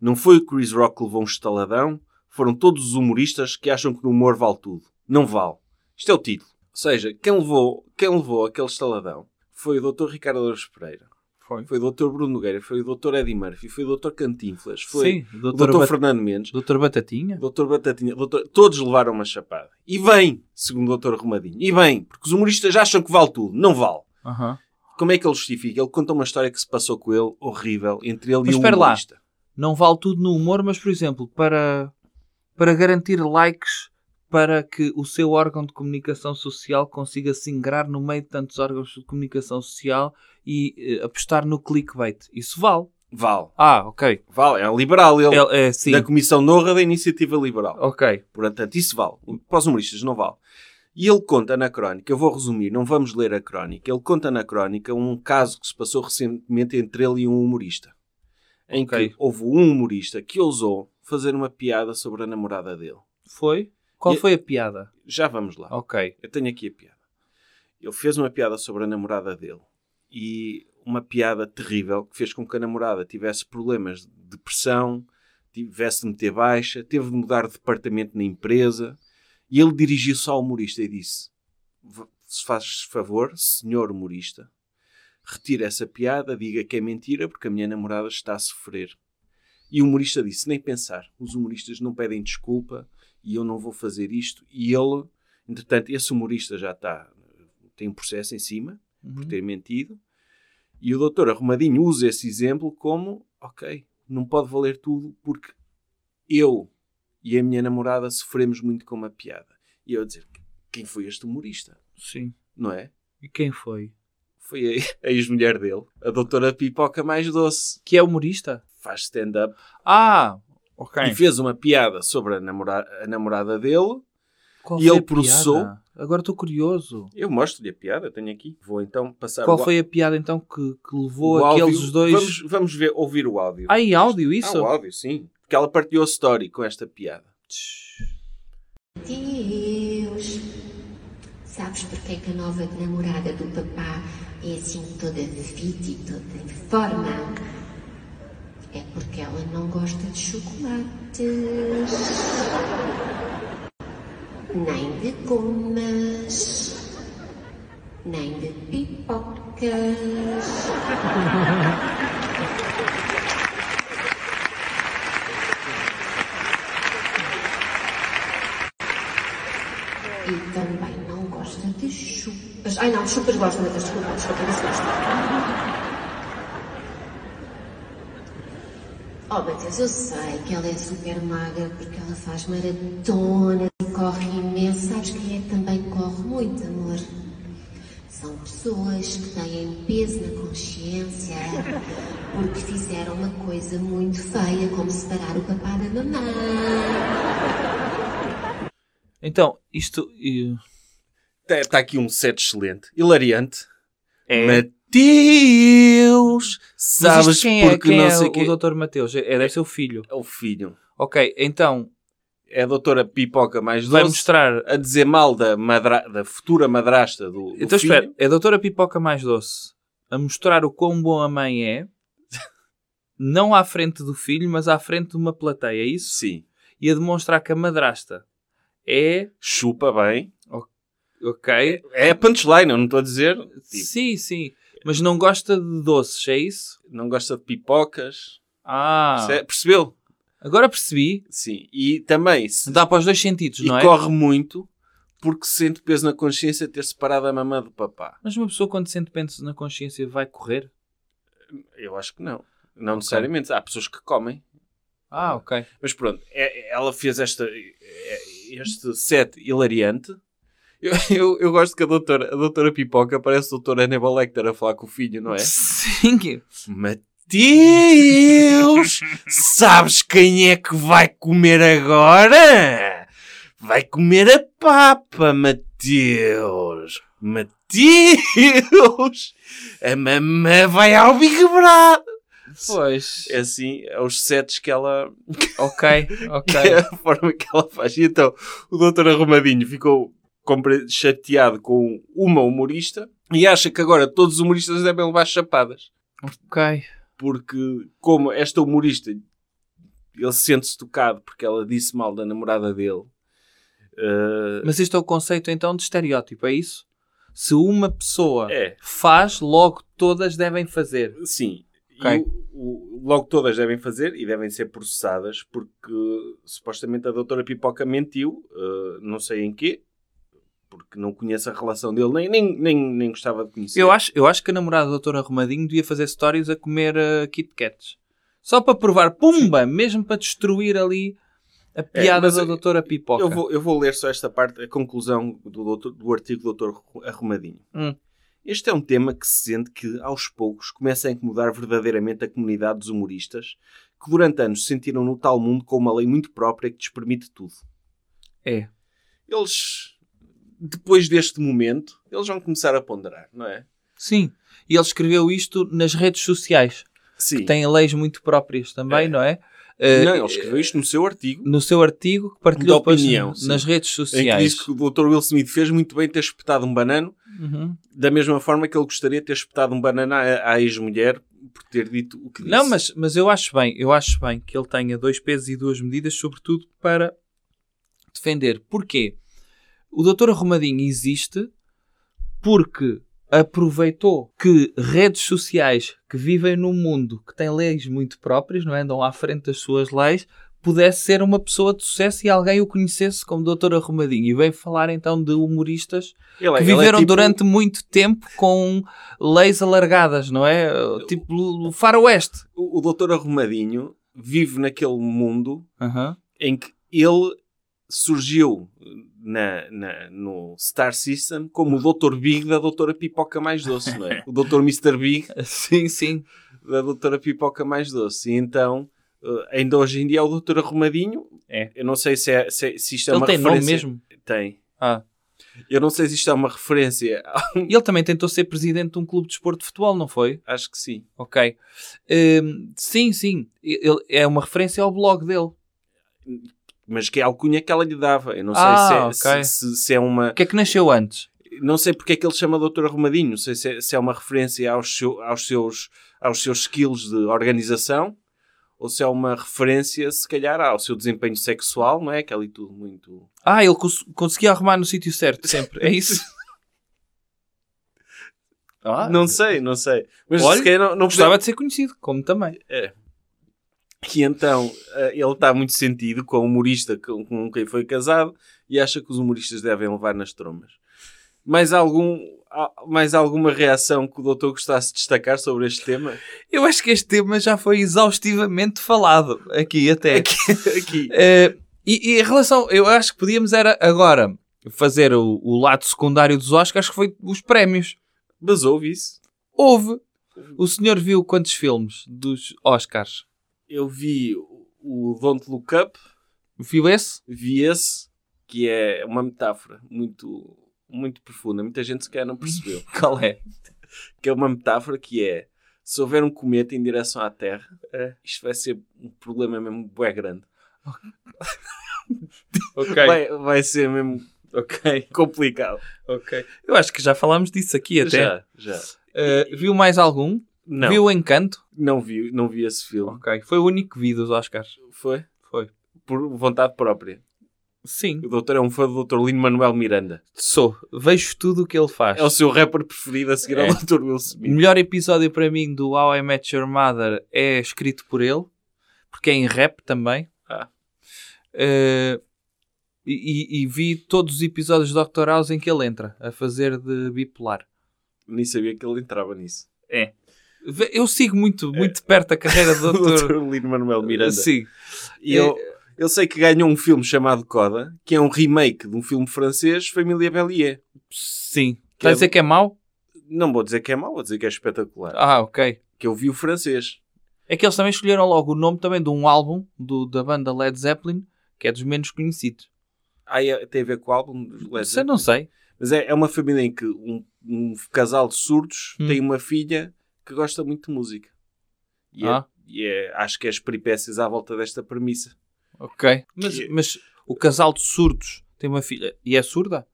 [SPEAKER 2] Não foi o Chris Rock que levou um estaladão, foram todos os humoristas que acham que o humor vale tudo. Não vale. Isto é o título. Ou seja, quem levou, quem levou aquele estaladão foi o doutor Ricardo Alves Pereira,
[SPEAKER 3] Foi.
[SPEAKER 2] foi o doutor Bruno Nogueira, foi o doutor Eddie Murphy, foi o doutor Cantinflas, foi
[SPEAKER 3] Sim,
[SPEAKER 2] o
[SPEAKER 3] Dr.
[SPEAKER 2] doutor
[SPEAKER 3] Bat-
[SPEAKER 2] Fernando Mendes.
[SPEAKER 3] Dr. Batatinha?
[SPEAKER 2] Doutor Batatinha, doutor- todos levaram uma chapada. E bem, segundo o doutor Arrumadinho. E bem, porque os humoristas acham que vale tudo. Não vale.
[SPEAKER 3] Aham.
[SPEAKER 2] Como é que ele justifica? Ele conta uma história que se passou com ele, horrível, entre ele
[SPEAKER 3] Mas
[SPEAKER 2] e um
[SPEAKER 3] espera lá.
[SPEAKER 2] humorista.
[SPEAKER 3] Não vale tudo no humor, mas, por exemplo, para, para garantir likes para que o seu órgão de comunicação social consiga se ingrar no meio de tantos órgãos de comunicação social e eh, apostar no clickbait. Isso vale.
[SPEAKER 2] Vale.
[SPEAKER 3] Ah, ok.
[SPEAKER 2] Vale. É um liberal ele.
[SPEAKER 3] É, é, sim.
[SPEAKER 2] Da Comissão Norra da Iniciativa Liberal.
[SPEAKER 3] Ok.
[SPEAKER 2] Portanto, isso vale. Para os humoristas não vale. E ele conta na crónica, eu vou resumir, não vamos ler a crónica. Ele conta na crónica um caso que se passou recentemente entre ele e um humorista. Em
[SPEAKER 3] Ok.
[SPEAKER 2] que houve um humorista que ousou fazer uma piada sobre a namorada dele.
[SPEAKER 3] Foi? Qual
[SPEAKER 2] E-
[SPEAKER 3] foi a piada?
[SPEAKER 2] Já vamos lá.
[SPEAKER 3] Ok.
[SPEAKER 2] Eu tenho aqui a piada. Ele fez uma piada sobre a namorada dele e uma piada terrível que fez com que a namorada tivesse problemas de depressão, tivesse de meter baixa, teve de mudar de departamento na empresa. E ele dirigiu-se ao humorista e disse: "V- Se faz favor, senhor humorista, retire essa piada, diga que é mentira, porque a minha namorada está a sofrer. E o humorista disse: Nem pensar, os humoristas não pedem desculpa e eu não vou fazer isto. E ele, entretanto, esse humorista já está, tem um processo em cima por
[SPEAKER 3] Uhum.
[SPEAKER 2] ter mentido. E o doutor Arrumadinho usa esse exemplo como: ok, não pode valer tudo porque eu e a minha namorada sofremos muito com uma piada. E eu a dizer: quem foi este humorista?
[SPEAKER 3] Sim.
[SPEAKER 2] Não é?
[SPEAKER 3] E quem foi?
[SPEAKER 2] Foi a a ex-mulher dele, a doutora Pipoca Mais Doce.
[SPEAKER 3] Que é humorista?
[SPEAKER 2] Faz stand-up
[SPEAKER 3] Ah, ok.
[SPEAKER 2] e fez uma piada sobre a, namora- a namorada dele.
[SPEAKER 3] Qual
[SPEAKER 2] e ele
[SPEAKER 3] foi a piada?
[SPEAKER 2] processou?
[SPEAKER 3] Agora estou curioso.
[SPEAKER 2] Eu mostro-lhe a piada, tenho aqui. Vou então passar
[SPEAKER 3] Qual
[SPEAKER 2] o, á-
[SPEAKER 3] foi a piada então que, que
[SPEAKER 2] o
[SPEAKER 3] levou
[SPEAKER 2] áudio.
[SPEAKER 3] aqueles dois.
[SPEAKER 2] Vamos, vamos ver, ouvir o áudio.
[SPEAKER 3] Ah, e áudio, isso?
[SPEAKER 2] Ah, o áudio, sim. Porque ela partilhou a story com esta piada.
[SPEAKER 5] Deus, sabes porque é que a nova namorada do papá é assim toda fit e toda em forma? É porque ela não gosta de chocolates, nem de gomas, nem de pipocas. E também não gosta de chupas. Ai não, chupas gosta, mas desculpa, desculpa, não gosta. Oh, Matheus, eu sei que ela é super magra porque ela faz maratona e corre imenso. Sabes quem é que também corre muito, amor? São pessoas que têm peso na consciência porque fizeram uma coisa muito feia, como separar o papá da mamãe.
[SPEAKER 3] Então, isto. eh,
[SPEAKER 2] Está aqui um set excelente, hilariante.
[SPEAKER 3] É.
[SPEAKER 2] Mateus! Sabes
[SPEAKER 3] Mas isto quem é,
[SPEAKER 2] porque
[SPEAKER 3] quem
[SPEAKER 2] não
[SPEAKER 3] é
[SPEAKER 2] sei quê.
[SPEAKER 3] o Dr. Mateus? É, é deve ser o filho.
[SPEAKER 2] É o filho.
[SPEAKER 3] Ok, então
[SPEAKER 2] É a doutora Pipoca mais
[SPEAKER 4] Vai
[SPEAKER 2] doce
[SPEAKER 4] mostrar.
[SPEAKER 2] a dizer mal da, madra- da futura madrasta do, do
[SPEAKER 3] Então
[SPEAKER 2] filho.
[SPEAKER 3] espera, é a Doutora Pipoca Mais Doce a mostrar o quão bom a mãe é, não à frente do filho, mas à frente de uma plateia, é isso?
[SPEAKER 2] Sim.
[SPEAKER 3] E a demonstrar que a madrasta é.
[SPEAKER 2] Chupa bem.
[SPEAKER 3] Ok.
[SPEAKER 2] É a punchline, eu não estou a dizer. Tipo,
[SPEAKER 3] Sim, sim. Mas não gosta de doces, é isso?
[SPEAKER 2] não gosta de pipocas.
[SPEAKER 3] Ah.
[SPEAKER 2] Perce- Percebeu?
[SPEAKER 3] Agora percebi.
[SPEAKER 2] Sim. E também, se
[SPEAKER 3] Dá para os dois sentidos,
[SPEAKER 2] e
[SPEAKER 3] não é?
[SPEAKER 2] corre muito porque sente peso na consciência de ter separado a mamã do papá.
[SPEAKER 3] Mas uma pessoa quando sente penso na consciência vai correr?
[SPEAKER 2] Eu acho que não. Não necessariamente. Há pessoas que comem.
[SPEAKER 3] Ah, ok.
[SPEAKER 2] Mas pronto, é- é- ela fez esta, é- este set hilariante. Eu, eu, eu gosto que a doutora, a doutora Pipoca parece a doutora Hannibal Lecter a falar com o filho, não é?
[SPEAKER 3] Sim. que-
[SPEAKER 2] Mateus, sabes quem é que vai comer agora? Vai comer a papa, Mateus. Mateus, a mamã vai ao Big Brother.
[SPEAKER 3] Pois.
[SPEAKER 2] É assim, é os sets que ela,
[SPEAKER 3] Ok, ok.
[SPEAKER 2] é a forma que ela faz. E então, o doutor Arrumadinho ficou compre- chateado com uma humorista e acha que agora todos os humoristas devem levar chapadas.
[SPEAKER 3] Ok.
[SPEAKER 2] Porque, como esta humorista, ele sente-se tocado porque ela disse mal da namorada dele. eh,
[SPEAKER 3] Mas este é o conceito então de estereótipo, é isso? Se uma pessoa
[SPEAKER 2] é,
[SPEAKER 3] faz, logo todas devem fazer.
[SPEAKER 2] sim. E
[SPEAKER 3] Ok.
[SPEAKER 2] o- o- logo todas devem fazer e devem ser processadas porque supostamente a doutora Pipoca mentiu, eh, não sei em quê, porque não conheço a relação dele, nem, nem, nem, nem gostava de conhecer.
[SPEAKER 3] Eu acho, eu acho que a namorada da doutora Arrumadinho devia fazer stories a comer eh, Kit Kats. Só para provar, pumba, mesmo para destruir ali A piada
[SPEAKER 2] É, mas
[SPEAKER 3] da
[SPEAKER 2] eu-
[SPEAKER 3] doutora Pipoca.
[SPEAKER 2] Eu vou, eu vou ler só esta parte, a conclusão do, doutor- do artigo do doutor Arrumadinho.
[SPEAKER 3] Hum.
[SPEAKER 2] Este é um tema que se sente que, aos poucos, começa a incomodar verdadeiramente a comunidade dos humoristas, que durante anos se sentiram no tal mundo com uma lei muito própria que lhes permite tudo.
[SPEAKER 3] É.
[SPEAKER 2] Eles, depois deste momento, eles vão começar a ponderar, não é?
[SPEAKER 3] Sim. E ele escreveu isto nas redes sociais,
[SPEAKER 2] Sim.
[SPEAKER 3] que têm leis muito próprias também,
[SPEAKER 2] É.
[SPEAKER 3] não é? Eh,
[SPEAKER 2] Não, ele escreveu isto no seu artigo,
[SPEAKER 3] no seu artigo que partilhou
[SPEAKER 2] De
[SPEAKER 3] depois
[SPEAKER 2] opinião,
[SPEAKER 3] n-
[SPEAKER 2] sim.
[SPEAKER 3] nas redes
[SPEAKER 2] em que
[SPEAKER 3] sociais.
[SPEAKER 2] diz que o Dr. Will Smith fez muito bem ter espetado um banano
[SPEAKER 3] Uhum.
[SPEAKER 2] da mesma forma que ele gostaria de ter espetado um banana à, à ex-mulher por ter dito o que disse.
[SPEAKER 3] Não, mas, mas eu acho bem, eu acho bem que ele tenha dois pesos e duas medidas, sobretudo para defender. Porquê? O doutor Arrumadinho existe porque aproveitou que redes sociais que vivem num mundo que tem leis muito próprias, não é? andam à frente das suas leis, pudesse ser uma pessoa de sucesso e alguém o conhecesse como doutor Arrumadinho. E veio falar então de humoristas
[SPEAKER 2] Ele é-
[SPEAKER 3] que
[SPEAKER 2] ele é
[SPEAKER 3] viveram
[SPEAKER 2] tipo-
[SPEAKER 3] durante muito tempo com leis alargadas, não é? Tipo o faroeste.
[SPEAKER 2] O, o doutor Arrumadinho vive naquele mundo
[SPEAKER 3] Aham.
[SPEAKER 2] em que ele surgiu na, na- no Star System como o doutor Big da doutora Pipoca Mais Doce, não é? O doutor Mr. Big
[SPEAKER 3] Sim, sim.
[SPEAKER 2] da doutora Pipoca Mais Doce. E então... eh, ainda hoje em dia é o Doutor Arrumadinho.
[SPEAKER 3] É.
[SPEAKER 2] Eu não sei se, é, se, se isto é
[SPEAKER 3] ele
[SPEAKER 2] uma
[SPEAKER 3] tem
[SPEAKER 2] referência.
[SPEAKER 3] nome mesmo.
[SPEAKER 2] Tem.
[SPEAKER 3] Ah.
[SPEAKER 2] Eu não sei se isto é uma referência.
[SPEAKER 3] E ele também tentou ser presidente de um clube de esporte de futebol, não foi?
[SPEAKER 2] Acho que sim.
[SPEAKER 3] Ok. Hum, sim, sim. Ele é uma referência ao blog dele.
[SPEAKER 2] mas que é a alcunha que ela lhe dava. Eu não sei
[SPEAKER 3] Ah,
[SPEAKER 2] se, é,
[SPEAKER 3] ok.
[SPEAKER 2] se- se- se é uma.
[SPEAKER 3] O que é que nasceu antes?
[SPEAKER 2] Não sei porque é que ele chama Doutor Arrumadinho. Não sei se é, se é uma referência aos, seu- aos seus, aos seus skills de organização ou se é uma referência, se calhar, ao seu desempenho sexual, não é? Que é ali tudo muito.
[SPEAKER 3] Ah, ele cons- conseguia arrumar no sítio certo sempre. É isso? Ah,
[SPEAKER 2] Não sei, não sei. Mas
[SPEAKER 3] Olha,
[SPEAKER 2] se calhar não, não
[SPEAKER 3] Gostava de ser conhecido, como também.
[SPEAKER 2] E então eh, ele está muito sentido com o humorista com, com quem foi casado e acha que os humoristas devem levar nas trombas. Mais, algum, a- mais alguma reação que o doutor gostasse de destacar sobre este tema?
[SPEAKER 3] Eu acho que este tema já foi exaustivamente falado aqui até.
[SPEAKER 2] Aqui.
[SPEAKER 3] Eh, e, e em relação, eu acho que podíamos era agora fazer o, o lado secundário dos Oscars, que foi os prémios.
[SPEAKER 2] Mas houve isso.
[SPEAKER 3] Houve. O senhor viu quantos filmes dos Oscars?
[SPEAKER 2] Eu vi o- o Don't Look Up,
[SPEAKER 3] Viu esse?
[SPEAKER 2] vi esse, que é uma metáfora muito, muito profunda. Muita gente sequer não percebeu.
[SPEAKER 3] Qual é?
[SPEAKER 2] que é uma metáfora que é se houver um cometa em direção à Terra,
[SPEAKER 3] É.
[SPEAKER 2] isto vai ser um problema mesmo bué grande.
[SPEAKER 3] Ok.
[SPEAKER 2] Vai, vai ser mesmo
[SPEAKER 3] ok,
[SPEAKER 2] complicado.
[SPEAKER 3] ok. Eu acho que já falámos disso aqui até.
[SPEAKER 2] Já, já.
[SPEAKER 3] Eh, viu mais algum?
[SPEAKER 2] Não,
[SPEAKER 3] Viu o Encanto?
[SPEAKER 2] não, vi, não vi esse filme.
[SPEAKER 3] Ok. Foi o único que vi dos Oscars.
[SPEAKER 2] Foi?
[SPEAKER 3] Foi.
[SPEAKER 2] Por vontade própria.
[SPEAKER 3] Sim.
[SPEAKER 2] O doutor é um fã do doutor Lino Manuel Miranda.
[SPEAKER 3] Sou. Vejo tudo o que ele faz.
[SPEAKER 2] É o seu rapper preferido a seguir
[SPEAKER 3] É.
[SPEAKER 2] ao doutor Will
[SPEAKER 3] O
[SPEAKER 2] Smith.
[SPEAKER 3] melhor episódio para mim do How I Met Your Mother é escrito por ele, porque é em rap também.
[SPEAKER 2] Ah.
[SPEAKER 3] Eh, e, e- e vi todos os episódios do Dr. House em que ele entra a fazer de bipolar.
[SPEAKER 2] Nem sabia que ele entrava nisso.
[SPEAKER 3] Ve- Eu sigo muito, muito de perto a carreira do
[SPEAKER 2] O
[SPEAKER 3] Dr.
[SPEAKER 2] É. doutor Lino Manuel Miranda.
[SPEAKER 3] Sim.
[SPEAKER 2] E eu, É, eu sei que ganhou um filme chamado Coda, que é um remake de um filme francês, Família Bellier.
[SPEAKER 3] Sim.
[SPEAKER 2] Que
[SPEAKER 3] Está a
[SPEAKER 2] é-
[SPEAKER 3] dizer que é mau?
[SPEAKER 2] Não vou dizer que é mau, vou dizer que é espetacular.
[SPEAKER 3] Ah, ok.
[SPEAKER 2] Que eu vi o francês.
[SPEAKER 3] É que eles também escolheram logo o nome também de um álbum do- da banda Led Zeppelin, que é dos menos conhecidos.
[SPEAKER 2] Ah, é- tem a ver com o álbum dos Led
[SPEAKER 3] Isso eu não sei.
[SPEAKER 2] Mas é, é uma família em que um, um casal de surdos
[SPEAKER 3] Hum.
[SPEAKER 2] tem uma filha que gosta muito de música. E, é-
[SPEAKER 3] Ah.
[SPEAKER 2] e é- acho que é as peripécias à volta desta premissa.
[SPEAKER 3] Ok. Mas,
[SPEAKER 2] Que-
[SPEAKER 3] mas o casal de surdos tem uma filha e é surda?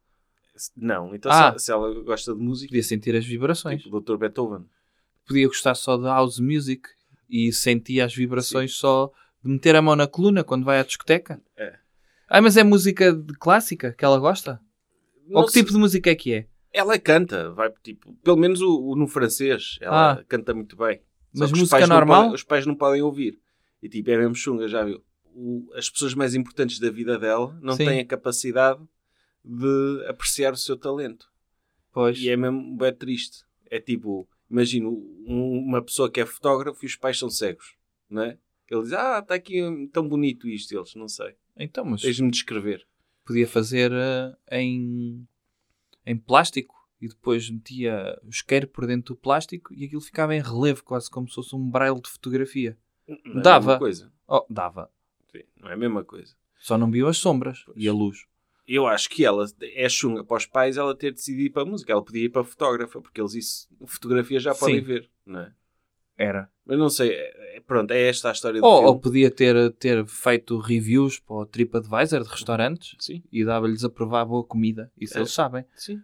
[SPEAKER 2] Não, então
[SPEAKER 3] Ah.
[SPEAKER 2] se, se ela gosta de música,
[SPEAKER 3] Podia sentir as vibrações.
[SPEAKER 2] tipo o Dr. Beethoven.
[SPEAKER 3] Podia gostar só de house music e sentia as vibrações só de meter a mão na coluna quando vai à discoteca.
[SPEAKER 2] É.
[SPEAKER 3] Ah, mas é música de clássica que ela gosta? Ou
[SPEAKER 2] Não
[SPEAKER 3] que
[SPEAKER 2] sei-
[SPEAKER 3] tipo de música é que é?
[SPEAKER 2] Ela canta, vai tipo, pelo menos o, o no francês, ela
[SPEAKER 3] Ah.
[SPEAKER 2] canta muito bem. Só
[SPEAKER 3] Mas
[SPEAKER 2] que os
[SPEAKER 3] música
[SPEAKER 2] pais não
[SPEAKER 3] normal?
[SPEAKER 2] podem- os pais não podem ouvir. E tipo, é mesmo chunga, já viu? O- as pessoas mais importantes da vida dela não
[SPEAKER 3] Sim.
[SPEAKER 2] têm a capacidade de apreciar o seu talento.
[SPEAKER 3] Pois.
[SPEAKER 2] E é mesmo bem triste. É tipo, imagino um- uma pessoa que é fotógrafo e os pais são cegos, não é? Ele diz, ah, está aqui hum, tão bonito isto. Eles, não sei.
[SPEAKER 3] Então, mas
[SPEAKER 2] Tens-me de descrever.
[SPEAKER 3] podia fazer eh, em, em plástico e depois metia o isqueiro por dentro do plástico e aquilo ficava em relevo, quase como se fosse um braille de fotografia.
[SPEAKER 2] Não é a
[SPEAKER 3] Dava.
[SPEAKER 2] mesma coisa.
[SPEAKER 3] Oh, dava.
[SPEAKER 2] Sim, não é a mesma coisa.
[SPEAKER 3] Só não viu as sombras e a luz.
[SPEAKER 2] Eu acho que ela é chunga para os pais ela ter decidido ir para a música. Ela podia ir para a fotógrafa, porque eles isso, fotografia já podem
[SPEAKER 3] Sim.
[SPEAKER 2] ver, não é?
[SPEAKER 3] Era.
[SPEAKER 2] Mas não sei, é- é- pronto, é esta a história do
[SPEAKER 3] Ou,
[SPEAKER 2] filme.
[SPEAKER 3] ou podia ter, ter feito reviews para o TripAdvisor de restaurantes
[SPEAKER 2] Sim,
[SPEAKER 3] e dava-lhes a provar boa comida. Isso
[SPEAKER 2] É.
[SPEAKER 3] eles sabem.
[SPEAKER 2] sim.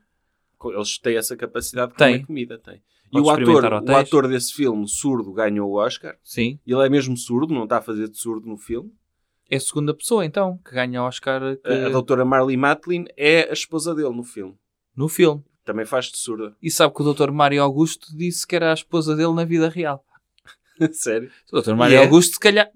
[SPEAKER 2] Co- Eles têm essa capacidade de
[SPEAKER 3] Tem.
[SPEAKER 2] comer comida, tem. E
[SPEAKER 4] Pode
[SPEAKER 2] o ator,
[SPEAKER 4] experimentar
[SPEAKER 2] o
[SPEAKER 4] hotéis.
[SPEAKER 2] ator desse filme, surdo, ganhou o Oscar.
[SPEAKER 3] Sim.
[SPEAKER 2] Ele é mesmo surdo, não está a fazer de surdo no filme.
[SPEAKER 3] É a segunda pessoa, então, que ganha o Oscar que-
[SPEAKER 2] É, A, a doutora Marley Matlin é a esposa dele no filme.
[SPEAKER 3] no filme.
[SPEAKER 2] Também faz de surda.
[SPEAKER 3] E sabe que o Dr. Mário Augusto disse que era a esposa dele na vida real.
[SPEAKER 2] Sério.
[SPEAKER 3] O Dr. Mário
[SPEAKER 2] E é?
[SPEAKER 3] Augusto, se calhar,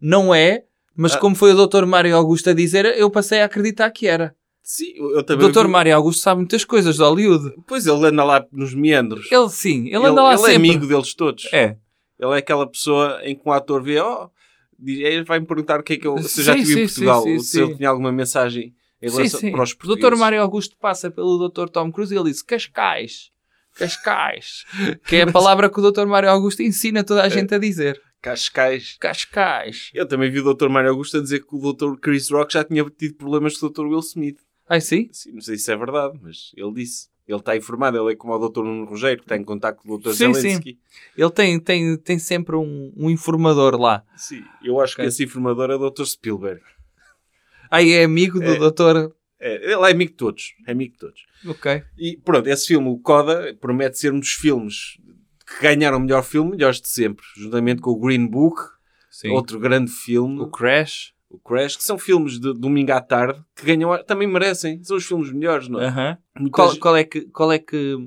[SPEAKER 3] não é, mas
[SPEAKER 2] Ah.
[SPEAKER 3] como foi o Dr. Mário Augusto a dizer, eu passei a acreditar que era.
[SPEAKER 2] Sim, eu eu
[SPEAKER 3] O
[SPEAKER 2] também...
[SPEAKER 3] Dr.
[SPEAKER 2] vi-
[SPEAKER 3] Mário Augusto sabe muitas coisas de Hollywood.
[SPEAKER 2] Pois, ele anda lá nos meandros.
[SPEAKER 3] Ele sim, ele, anda lá
[SPEAKER 2] ele
[SPEAKER 3] sempre.
[SPEAKER 2] é amigo deles todos.
[SPEAKER 3] É.
[SPEAKER 2] Ele é aquela pessoa em que um ator vê, oh, diz, "Eh, vai-me perguntar o que é que eu, se eu já
[SPEAKER 3] Sim,
[SPEAKER 2] estive em
[SPEAKER 3] sim,
[SPEAKER 2] Portugal,
[SPEAKER 3] sim, sim,
[SPEAKER 2] se eu
[SPEAKER 3] sim.
[SPEAKER 2] tinha alguma mensagem em
[SPEAKER 3] Sim,
[SPEAKER 2] relação
[SPEAKER 3] sim.
[SPEAKER 2] para os
[SPEAKER 3] O
[SPEAKER 2] portugueses.
[SPEAKER 3] Dr. Mário Augusto passa pelo Dr. Tom Cruise e ele diz Cascais. Cascais. que é a palavra que o Dr. Mário Augusto ensina
[SPEAKER 2] É.
[SPEAKER 3] toda a gente a dizer.
[SPEAKER 2] Cascais.
[SPEAKER 3] Cascais.
[SPEAKER 2] Eu também vi o Dr. Mário Augusto a dizer que o Dr. Chris Rock já tinha tido problemas com o Dr. Will Smith.
[SPEAKER 3] Ai sim?
[SPEAKER 2] Sim, não sei se é verdade, mas ele disse. Ele está informado, ele é como o Dr. Nuno Rogério, que está em contato com o Dr.
[SPEAKER 3] Sim, sim.
[SPEAKER 2] Zelensky.
[SPEAKER 3] Ele tem, tem, tem sempre um, um informador lá.
[SPEAKER 2] Sim. Eu acho
[SPEAKER 3] Ok.
[SPEAKER 2] que esse informador é o Dr. Spielberg.
[SPEAKER 3] Ai, é amigo do
[SPEAKER 2] É.
[SPEAKER 3] doutor...
[SPEAKER 2] É, ele é amigo de todos. É amigo de todos.
[SPEAKER 3] Ok.
[SPEAKER 2] E pronto, esse filme, o Coda, promete ser um dos filmes que ganharam o melhor filme, melhores de sempre, juntamente com o Green Book,
[SPEAKER 3] Sim.
[SPEAKER 2] outro grande filme,
[SPEAKER 3] O
[SPEAKER 2] o,
[SPEAKER 3] Crash.
[SPEAKER 2] Crash, que são filmes de domingo à tarde que ganham, também merecem, são os filmes melhores, não é?
[SPEAKER 3] Aham.
[SPEAKER 2] Muita
[SPEAKER 3] Qual,
[SPEAKER 2] ge-
[SPEAKER 3] qual é que, qual é que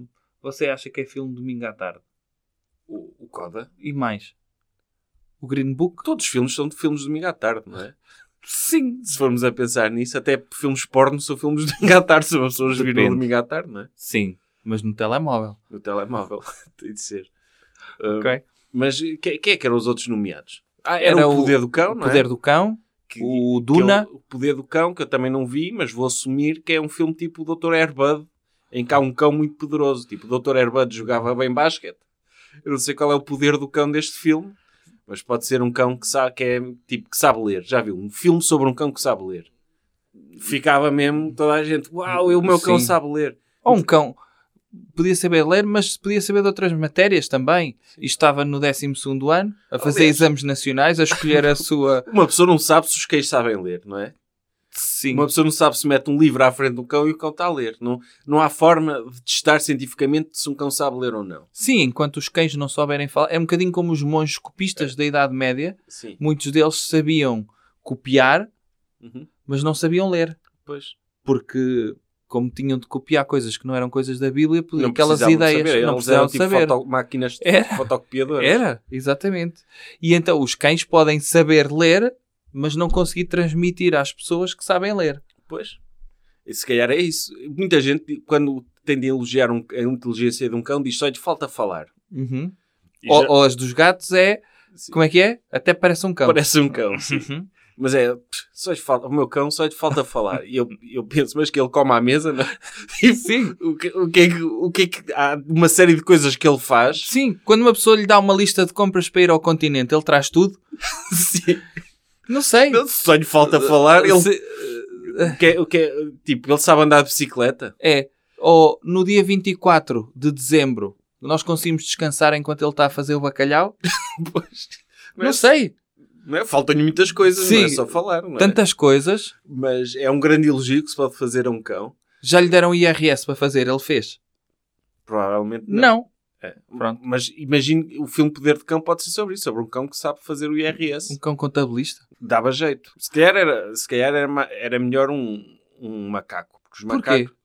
[SPEAKER 3] você acha que é filme domingo à tarde?
[SPEAKER 2] O, o Coda.
[SPEAKER 3] E mais? O Green Book?
[SPEAKER 2] Todos os filmes são de filmes de domingo à tarde, não é?
[SPEAKER 3] Sim.
[SPEAKER 2] Se formos a pensar nisso, até filmes porno são filmes de domingo à tarde, são as pessoas viram
[SPEAKER 3] Depende.
[SPEAKER 2] domingo à tarde, não é?
[SPEAKER 3] Sim. Mas no telemóvel.
[SPEAKER 2] No telemóvel, tem de ser.
[SPEAKER 3] Ok.
[SPEAKER 2] Mas quem quem é que eram os outros nomeados?
[SPEAKER 3] Ah,
[SPEAKER 2] Era, o Poder do Cão,
[SPEAKER 3] o
[SPEAKER 2] não é?
[SPEAKER 3] Poder do Cão.
[SPEAKER 2] Que-
[SPEAKER 3] O
[SPEAKER 2] que é
[SPEAKER 3] Duna.
[SPEAKER 2] o- o Poder do Cão, que eu também não vi, mas vou assumir que é um filme tipo o Dr. Airbud, em que há um cão muito poderoso. Tipo, o Dr. Airbud jogava bem basquete. Eu não sei qual é o poder do cão deste filme, mas pode ser um cão que sabe, que é, tipo, que sabe ler. Já viu? Um filme sobre um cão que sabe ler. Ficava mesmo toda a gente, uau, o meu cão
[SPEAKER 3] Sim.
[SPEAKER 2] sabe ler.
[SPEAKER 3] Ou um cão. Podia saber ler, mas podia saber de outras matérias também. E estava no 12 ano, a fazer
[SPEAKER 2] Aliás.
[SPEAKER 3] exames nacionais, a escolher a sua.
[SPEAKER 2] Uma pessoa não sabe se os cães sabem ler, não é?
[SPEAKER 3] Sim.
[SPEAKER 2] Uma pessoa não sabe se mete um livro à frente do cão e o cão está a ler. Não, não há forma de testar cientificamente se um cão sabe ler ou não.
[SPEAKER 3] Sim, enquanto os cães não souberem falar. É um bocadinho como os monges
[SPEAKER 2] É.
[SPEAKER 3] copistas da Idade Média.
[SPEAKER 2] Sim.
[SPEAKER 3] Muitos deles sabiam copiar,
[SPEAKER 2] Uhum.
[SPEAKER 3] mas não sabiam ler.
[SPEAKER 2] Pois.
[SPEAKER 3] porque como tinham de copiar coisas que não eram coisas da Bíblia, podiam-
[SPEAKER 2] Não
[SPEAKER 3] aquelas
[SPEAKER 2] precisavam de
[SPEAKER 3] ideias
[SPEAKER 2] saber,
[SPEAKER 3] não
[SPEAKER 2] eles
[SPEAKER 3] precisavam
[SPEAKER 2] eram
[SPEAKER 3] de
[SPEAKER 2] tipo
[SPEAKER 3] saber.
[SPEAKER 2] foto- máquinas de
[SPEAKER 3] Era.
[SPEAKER 2] fotocopiadoras.
[SPEAKER 3] Era, exatamente. E então os cães podem saber ler, mas não conseguir transmitir às pessoas que sabem ler.
[SPEAKER 2] Pois. E se calhar é isso. Muita gente, quando tem de elogiar um- a inteligência de um cão, diz só lhe falta falar.
[SPEAKER 3] Uhum.
[SPEAKER 2] E
[SPEAKER 3] Ou,
[SPEAKER 2] já-
[SPEAKER 3] ou as dos gatos é,
[SPEAKER 2] Sim.
[SPEAKER 3] como é que é? Até parece um cão.
[SPEAKER 2] Parece um cão.
[SPEAKER 3] Uhum.
[SPEAKER 2] Mas é, pff, só lhe falta, o meu cão só lhe falta falar. E eu, eu penso, mas que ele come à mesa, não é? E
[SPEAKER 3] Sim,
[SPEAKER 2] O que, o, que é que, o que é que. Há uma série de coisas que ele faz.
[SPEAKER 3] sim. Quando uma pessoa lhe dá uma lista de compras para ir ao continente, ele traz tudo?
[SPEAKER 2] Sim.
[SPEAKER 3] Não sei.
[SPEAKER 2] Só lhe falta falar. Ele,
[SPEAKER 3] Se-
[SPEAKER 2] o que é, o que é, tipo, ele sabe andar de bicicleta.
[SPEAKER 3] É, ou no dia 24 de dezembro nós conseguimos descansar enquanto ele está a fazer o bacalhau?
[SPEAKER 2] Pois.
[SPEAKER 3] Não sei.
[SPEAKER 2] Não é? Faltam-lhe muitas coisas,
[SPEAKER 3] Sim.
[SPEAKER 2] não é só falar. Não é?
[SPEAKER 3] Tantas coisas.
[SPEAKER 2] Mas é um grande elogio que se pode fazer a um cão.
[SPEAKER 3] Já lhe deram IRS para fazer, ele fez?
[SPEAKER 2] Provavelmente não. É.
[SPEAKER 3] Não.
[SPEAKER 4] Pronto.
[SPEAKER 2] Mas imagino o filme Poder de Cão pode ser sobre isso, sobre um cão que sabe fazer o
[SPEAKER 3] Um
[SPEAKER 2] IRS.
[SPEAKER 3] cão contabilista.
[SPEAKER 2] Dava jeito. Se calhar era, se calhar era, ma- era melhor um, um macaco. Porque os
[SPEAKER 3] Porquê?
[SPEAKER 2] macacos,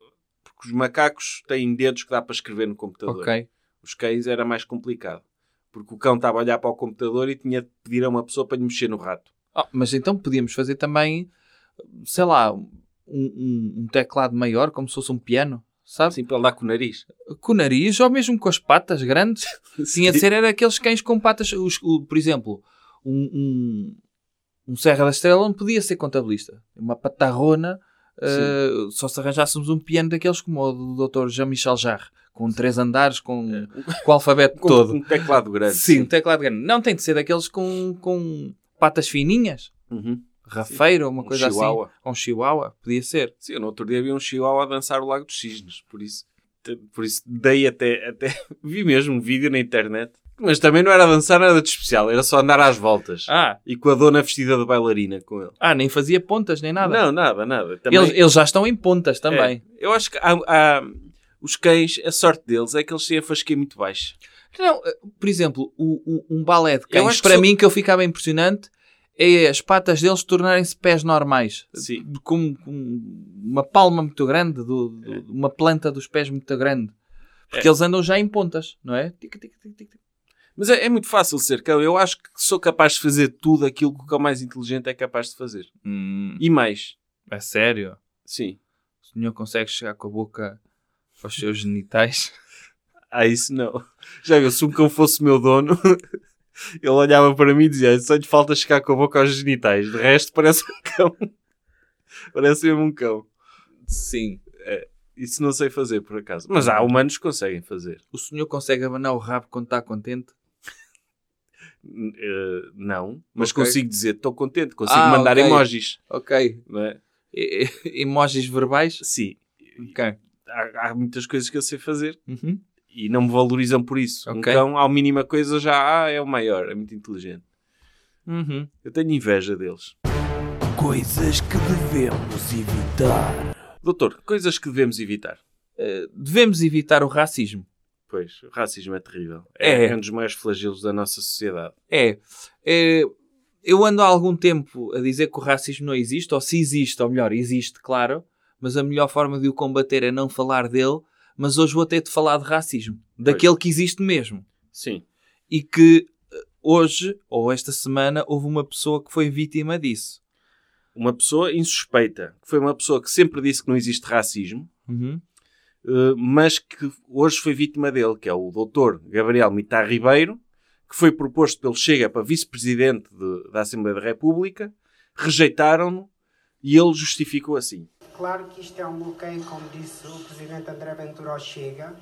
[SPEAKER 2] porque os macacos têm dedos que dá para escrever no computador.
[SPEAKER 3] Ok.
[SPEAKER 2] Os cães era mais complicado. Porque o cão estava a olhar para o computador e tinha de pedir a uma pessoa para lhe mexer no rato.
[SPEAKER 3] Ah, mas então podíamos fazer também, sei lá, um, um- um teclado maior, como se fosse um piano, sabe?
[SPEAKER 2] Assim, para ele dar com o nariz.
[SPEAKER 3] Com o nariz ou mesmo com as patas grandes. Tinha de ser era aqueles cães com patas, os- o- por exemplo, um, um, um Serra da Estrela não podia ser contabilista. Uma patarrona, eh, só se arranjássemos um piano daqueles como o do Dr. Jean-Michel Jarre, com três andares, com, com o alfabeto
[SPEAKER 2] É. Com
[SPEAKER 3] todo.
[SPEAKER 2] Um teclado grande.
[SPEAKER 3] Sim, um teclado grande. Não tem de ser daqueles com, com patas fininhas,
[SPEAKER 2] Uhum.
[SPEAKER 3] rafeiro, uma
[SPEAKER 2] Um
[SPEAKER 3] coisa
[SPEAKER 2] chihuahua.
[SPEAKER 3] assim. Ou um chihuahua, podia ser.
[SPEAKER 2] Sim, eu no outro dia vi um chihuahua a dançar o Lago dos Cisnes, por isso, te- por isso dei até, até vi mesmo um vídeo na internet. Mas também não era dançar nada de especial, era só andar às voltas.
[SPEAKER 3] Ah,
[SPEAKER 2] E com a dona vestida de bailarina com ele.
[SPEAKER 3] ah nem fazia pontas nem nada.
[SPEAKER 2] Não, nada, nada. Também-
[SPEAKER 3] Eles, eles já estão em pontas também.
[SPEAKER 2] É, eu acho que há, há- os cães, a sorte deles é que eles têm a fasquia muito baixa.
[SPEAKER 3] Não, eh, por exemplo, o, o- um balé de
[SPEAKER 2] Eu
[SPEAKER 3] cães,
[SPEAKER 2] acho que
[SPEAKER 3] para
[SPEAKER 2] sou-
[SPEAKER 3] mim, que eu ficava impressionante, é as patas deles tornarem-se pés normais.
[SPEAKER 2] Sim.
[SPEAKER 3] Com, com uma palma muito grande, do-
[SPEAKER 2] É.
[SPEAKER 3] do- uma planta dos pés muito grande. Porque eles andam já em pontas, não é? Tic, tic, tic, tic, tic.
[SPEAKER 2] Mas é, é muito fácil ser cão. Eu acho que sou capaz de fazer tudo aquilo que o cão mais inteligente é capaz de fazer.
[SPEAKER 3] Hum,
[SPEAKER 2] E mais.
[SPEAKER 3] é sério?
[SPEAKER 2] Sim.
[SPEAKER 3] O senhor consegue chegar com a boca aos seus genitais?
[SPEAKER 2] Ah, isso não. Já viu? Se um cão fosse meu dono, ele olhava para mim e dizia: só lhe falta chegar com a boca aos genitais. De resto, parece um cão. parece mesmo um cão.
[SPEAKER 3] Sim.
[SPEAKER 2] Isso não sei fazer, por acaso. Mas há humanos que conseguem fazer.
[SPEAKER 3] O senhor consegue abanar o rabo quando está contente?
[SPEAKER 2] N- eh, não. Mas
[SPEAKER 3] Ok.
[SPEAKER 2] consigo dizer: estou contente. Consigo
[SPEAKER 3] Ah,
[SPEAKER 2] mandar
[SPEAKER 3] ok.
[SPEAKER 2] emojis.
[SPEAKER 3] Ok.
[SPEAKER 2] Não é?
[SPEAKER 3] E- e- Emojis verbais?
[SPEAKER 2] Sim.
[SPEAKER 3] Ok.
[SPEAKER 2] Há, há muitas coisas que eu sei fazer
[SPEAKER 3] Uhum.
[SPEAKER 2] e não me valorizam por isso. Um
[SPEAKER 3] Ok.
[SPEAKER 2] cão, ao mínima coisa, já ah, é o maior. É muito inteligente.
[SPEAKER 3] Uhum.
[SPEAKER 2] Eu tenho inveja deles.
[SPEAKER 1] Coisas que devemos evitar.
[SPEAKER 2] Doutor, coisas que devemos evitar.
[SPEAKER 3] Eh, devemos evitar o racismo.
[SPEAKER 2] Pois, o racismo é terrível.
[SPEAKER 3] É.
[SPEAKER 2] É, um dos maiores flagelos da nossa sociedade.
[SPEAKER 3] É. eh, eu ando há algum tempo a dizer que o racismo não existe, ou se existe, ou melhor, existe, claro, mas a melhor forma de o combater é não falar dele. Mas hoje vou ter de falar de racismo, daquele que existe mesmo.
[SPEAKER 2] Sim.
[SPEAKER 3] E que eh, hoje, ou esta semana, houve uma pessoa que foi vítima disso.
[SPEAKER 2] Uma pessoa insuspeita, que foi uma pessoa que sempre disse que não existe racismo,
[SPEAKER 3] Uhum.
[SPEAKER 2] eh, mas que hoje foi vítima dele, que é o doutor Gabriel Mitar Ribeiro, que foi proposto pelo Chega para vice-presidente de- da Assembleia da República, rejeitaram-no e ele justificou assim.
[SPEAKER 6] Claro que isto é um bloqueio, como disse o Presidente André Ventura ao Chega,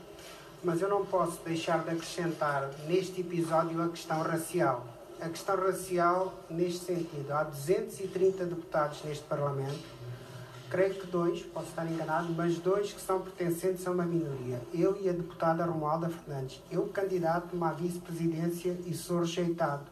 [SPEAKER 6] mas eu não posso deixar de acrescentar neste episódio a questão racial. A questão racial, neste sentido, há 230 deputados neste Parlamento, creio que dois, posso estar enganado, mas dois que são pertencentes a uma minoria. Eu e a deputada Romualda Fernandes. Eu candidato-me à vice-presidência e sou rejeitado.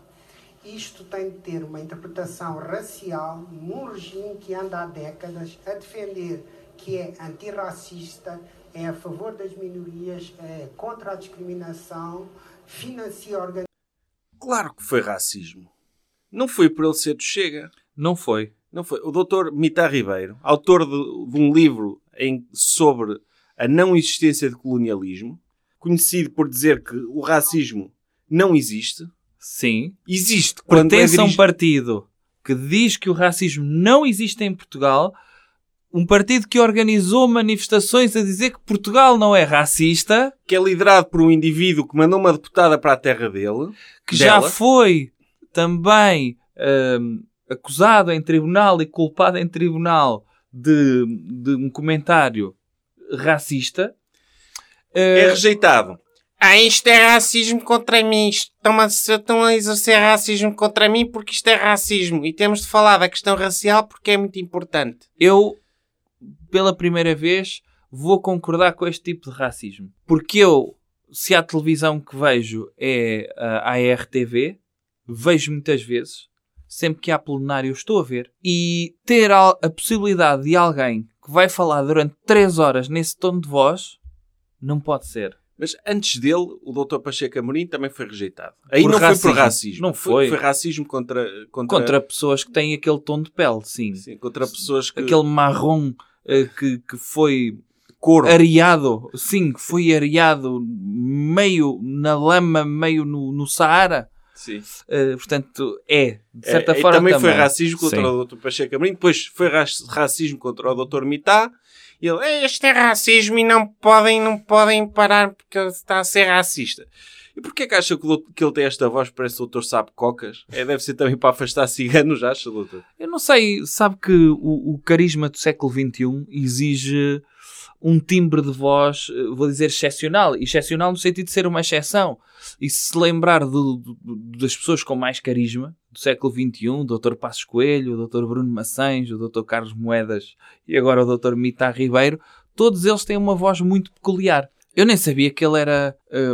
[SPEAKER 6] Isto tem de ter uma interpretação racial num regime que anda há décadas a defender que é antirracista, é a favor das minorias, é contra a discriminação, financia organizações.
[SPEAKER 2] Claro que foi racismo. Não foi por ele ser do Chega.
[SPEAKER 3] Não foi.
[SPEAKER 2] Não foi. O doutor Mitar Ribeiro, autor de, de um livro em- sobre a não existência de colonialismo, conhecido por dizer que o racismo não existe,
[SPEAKER 3] Sim.
[SPEAKER 2] existe quando é
[SPEAKER 3] pertence a um
[SPEAKER 2] dirigi-
[SPEAKER 3] partido que diz que o racismo não existe em Portugal, um partido que organizou manifestações a dizer que Portugal não é racista,
[SPEAKER 2] que é liderado por um indivíduo que mandou uma deputada para a terra dele.
[SPEAKER 3] que já
[SPEAKER 2] Dela.
[SPEAKER 3] foi também hum, acusado em tribunal e culpado em tribunal de, de um comentário racista.
[SPEAKER 2] É
[SPEAKER 3] Eh,
[SPEAKER 2] rejeitado.
[SPEAKER 7] Ah, isto é racismo contra mim. Isto- Estão a, estão a exercer racismo contra mim porque isto é racismo. E temos de falar da questão racial porque é muito importante.
[SPEAKER 3] eu, pela primeira vez, vou concordar com este tipo de racismo. Porque eu, se a televisão que vejo é a a RTV, vejo muitas vezes, sempre que há plenário eu estou a ver, e ter al- a possibilidade de alguém que vai falar durante 3 horas nesse tom de voz, não pode ser.
[SPEAKER 2] Mas antes dele, o doutor Pacheco Amorim também foi rejeitado. Aí
[SPEAKER 3] Por
[SPEAKER 2] não foi
[SPEAKER 3] racismo.
[SPEAKER 2] por racismo.
[SPEAKER 3] Não foi.
[SPEAKER 2] Foi racismo contra... Contra,
[SPEAKER 3] Contra pessoas que têm aquele tom de pele, sim.
[SPEAKER 2] sim, contra pessoas que...
[SPEAKER 3] Aquele marrom eh, que, que foi
[SPEAKER 2] cor.
[SPEAKER 3] é, areado, sim, que foi areado meio na lama, meio no, no Saara.
[SPEAKER 2] Sim.
[SPEAKER 3] Uh, portanto, é, de certa
[SPEAKER 2] É, e
[SPEAKER 3] forma.
[SPEAKER 2] também, foi racismo contra
[SPEAKER 3] Sim.
[SPEAKER 2] o Dr. Pacheco Amorim, depois foi ra- racismo contra o Dr. Mitá, e ele, "Eh,
[SPEAKER 7] Isto é racismo e não podem, não podem parar porque está a ser racista.
[SPEAKER 2] E porquê que acha que, o doutor- que ele tem esta voz que parece o doutor sabe cocas? É, deve ser também para afastar ciganos, acha, doutor?
[SPEAKER 3] Eu não sei, sabe que o, o carisma do século XXI exige um timbre de voz, eh, vou dizer, excepcional. E Excepcional no sentido de ser uma exceção. E se se lembrar do- do- do- das pessoas com mais carisma do século XXI, o Dr. Passos Coelho, o Dr. Bruno Maçães, o Dr. Carlos Moedas e agora o Dr. Mita Ribeiro, todos eles têm uma voz muito peculiar. Eu nem sabia que ele era... eh,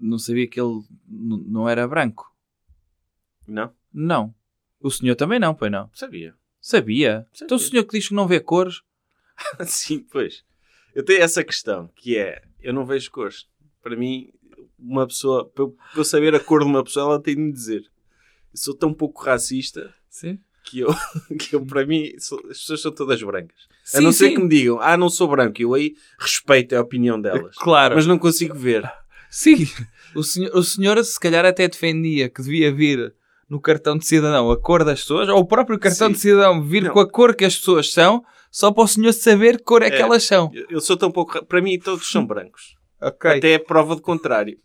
[SPEAKER 3] não sabia que ele n- não era branco.
[SPEAKER 2] Não,
[SPEAKER 3] Não. O senhor também não, pois não?
[SPEAKER 2] sabia.
[SPEAKER 3] Sabia.
[SPEAKER 2] Sabia.
[SPEAKER 3] Então o senhor que diz que não vê cores.
[SPEAKER 2] Sim, pois. Eu tenho essa questão, que é, eu não vejo cores. Para mim, uma pessoa, para eu- para eu saber a cor de uma pessoa, ela tem de me dizer. Eu sou tão pouco racista
[SPEAKER 3] Sim.
[SPEAKER 2] que eu, que eu para mim, sou- as pessoas são todas brancas. a
[SPEAKER 3] Sim,
[SPEAKER 2] não ser
[SPEAKER 3] sim.
[SPEAKER 2] que me digam, ah, não sou branco, eu aí respeito a opinião delas.
[SPEAKER 3] É Claro.
[SPEAKER 2] Mas não consigo ver.
[SPEAKER 3] Sim. O senhor, o senhor se calhar até defendia que devia vir no cartão de cidadão a cor das pessoas, ou o próprio cartão
[SPEAKER 2] Sim.
[SPEAKER 3] de cidadão vir
[SPEAKER 2] Não.
[SPEAKER 3] com a cor que as pessoas são, só para o senhor saber que cor é,
[SPEAKER 2] É.
[SPEAKER 3] que elas são.
[SPEAKER 2] Eu, eu sou tão pouco. ra- Para mim, todos são brancos.
[SPEAKER 3] Ok.
[SPEAKER 2] Até a prova de contrário.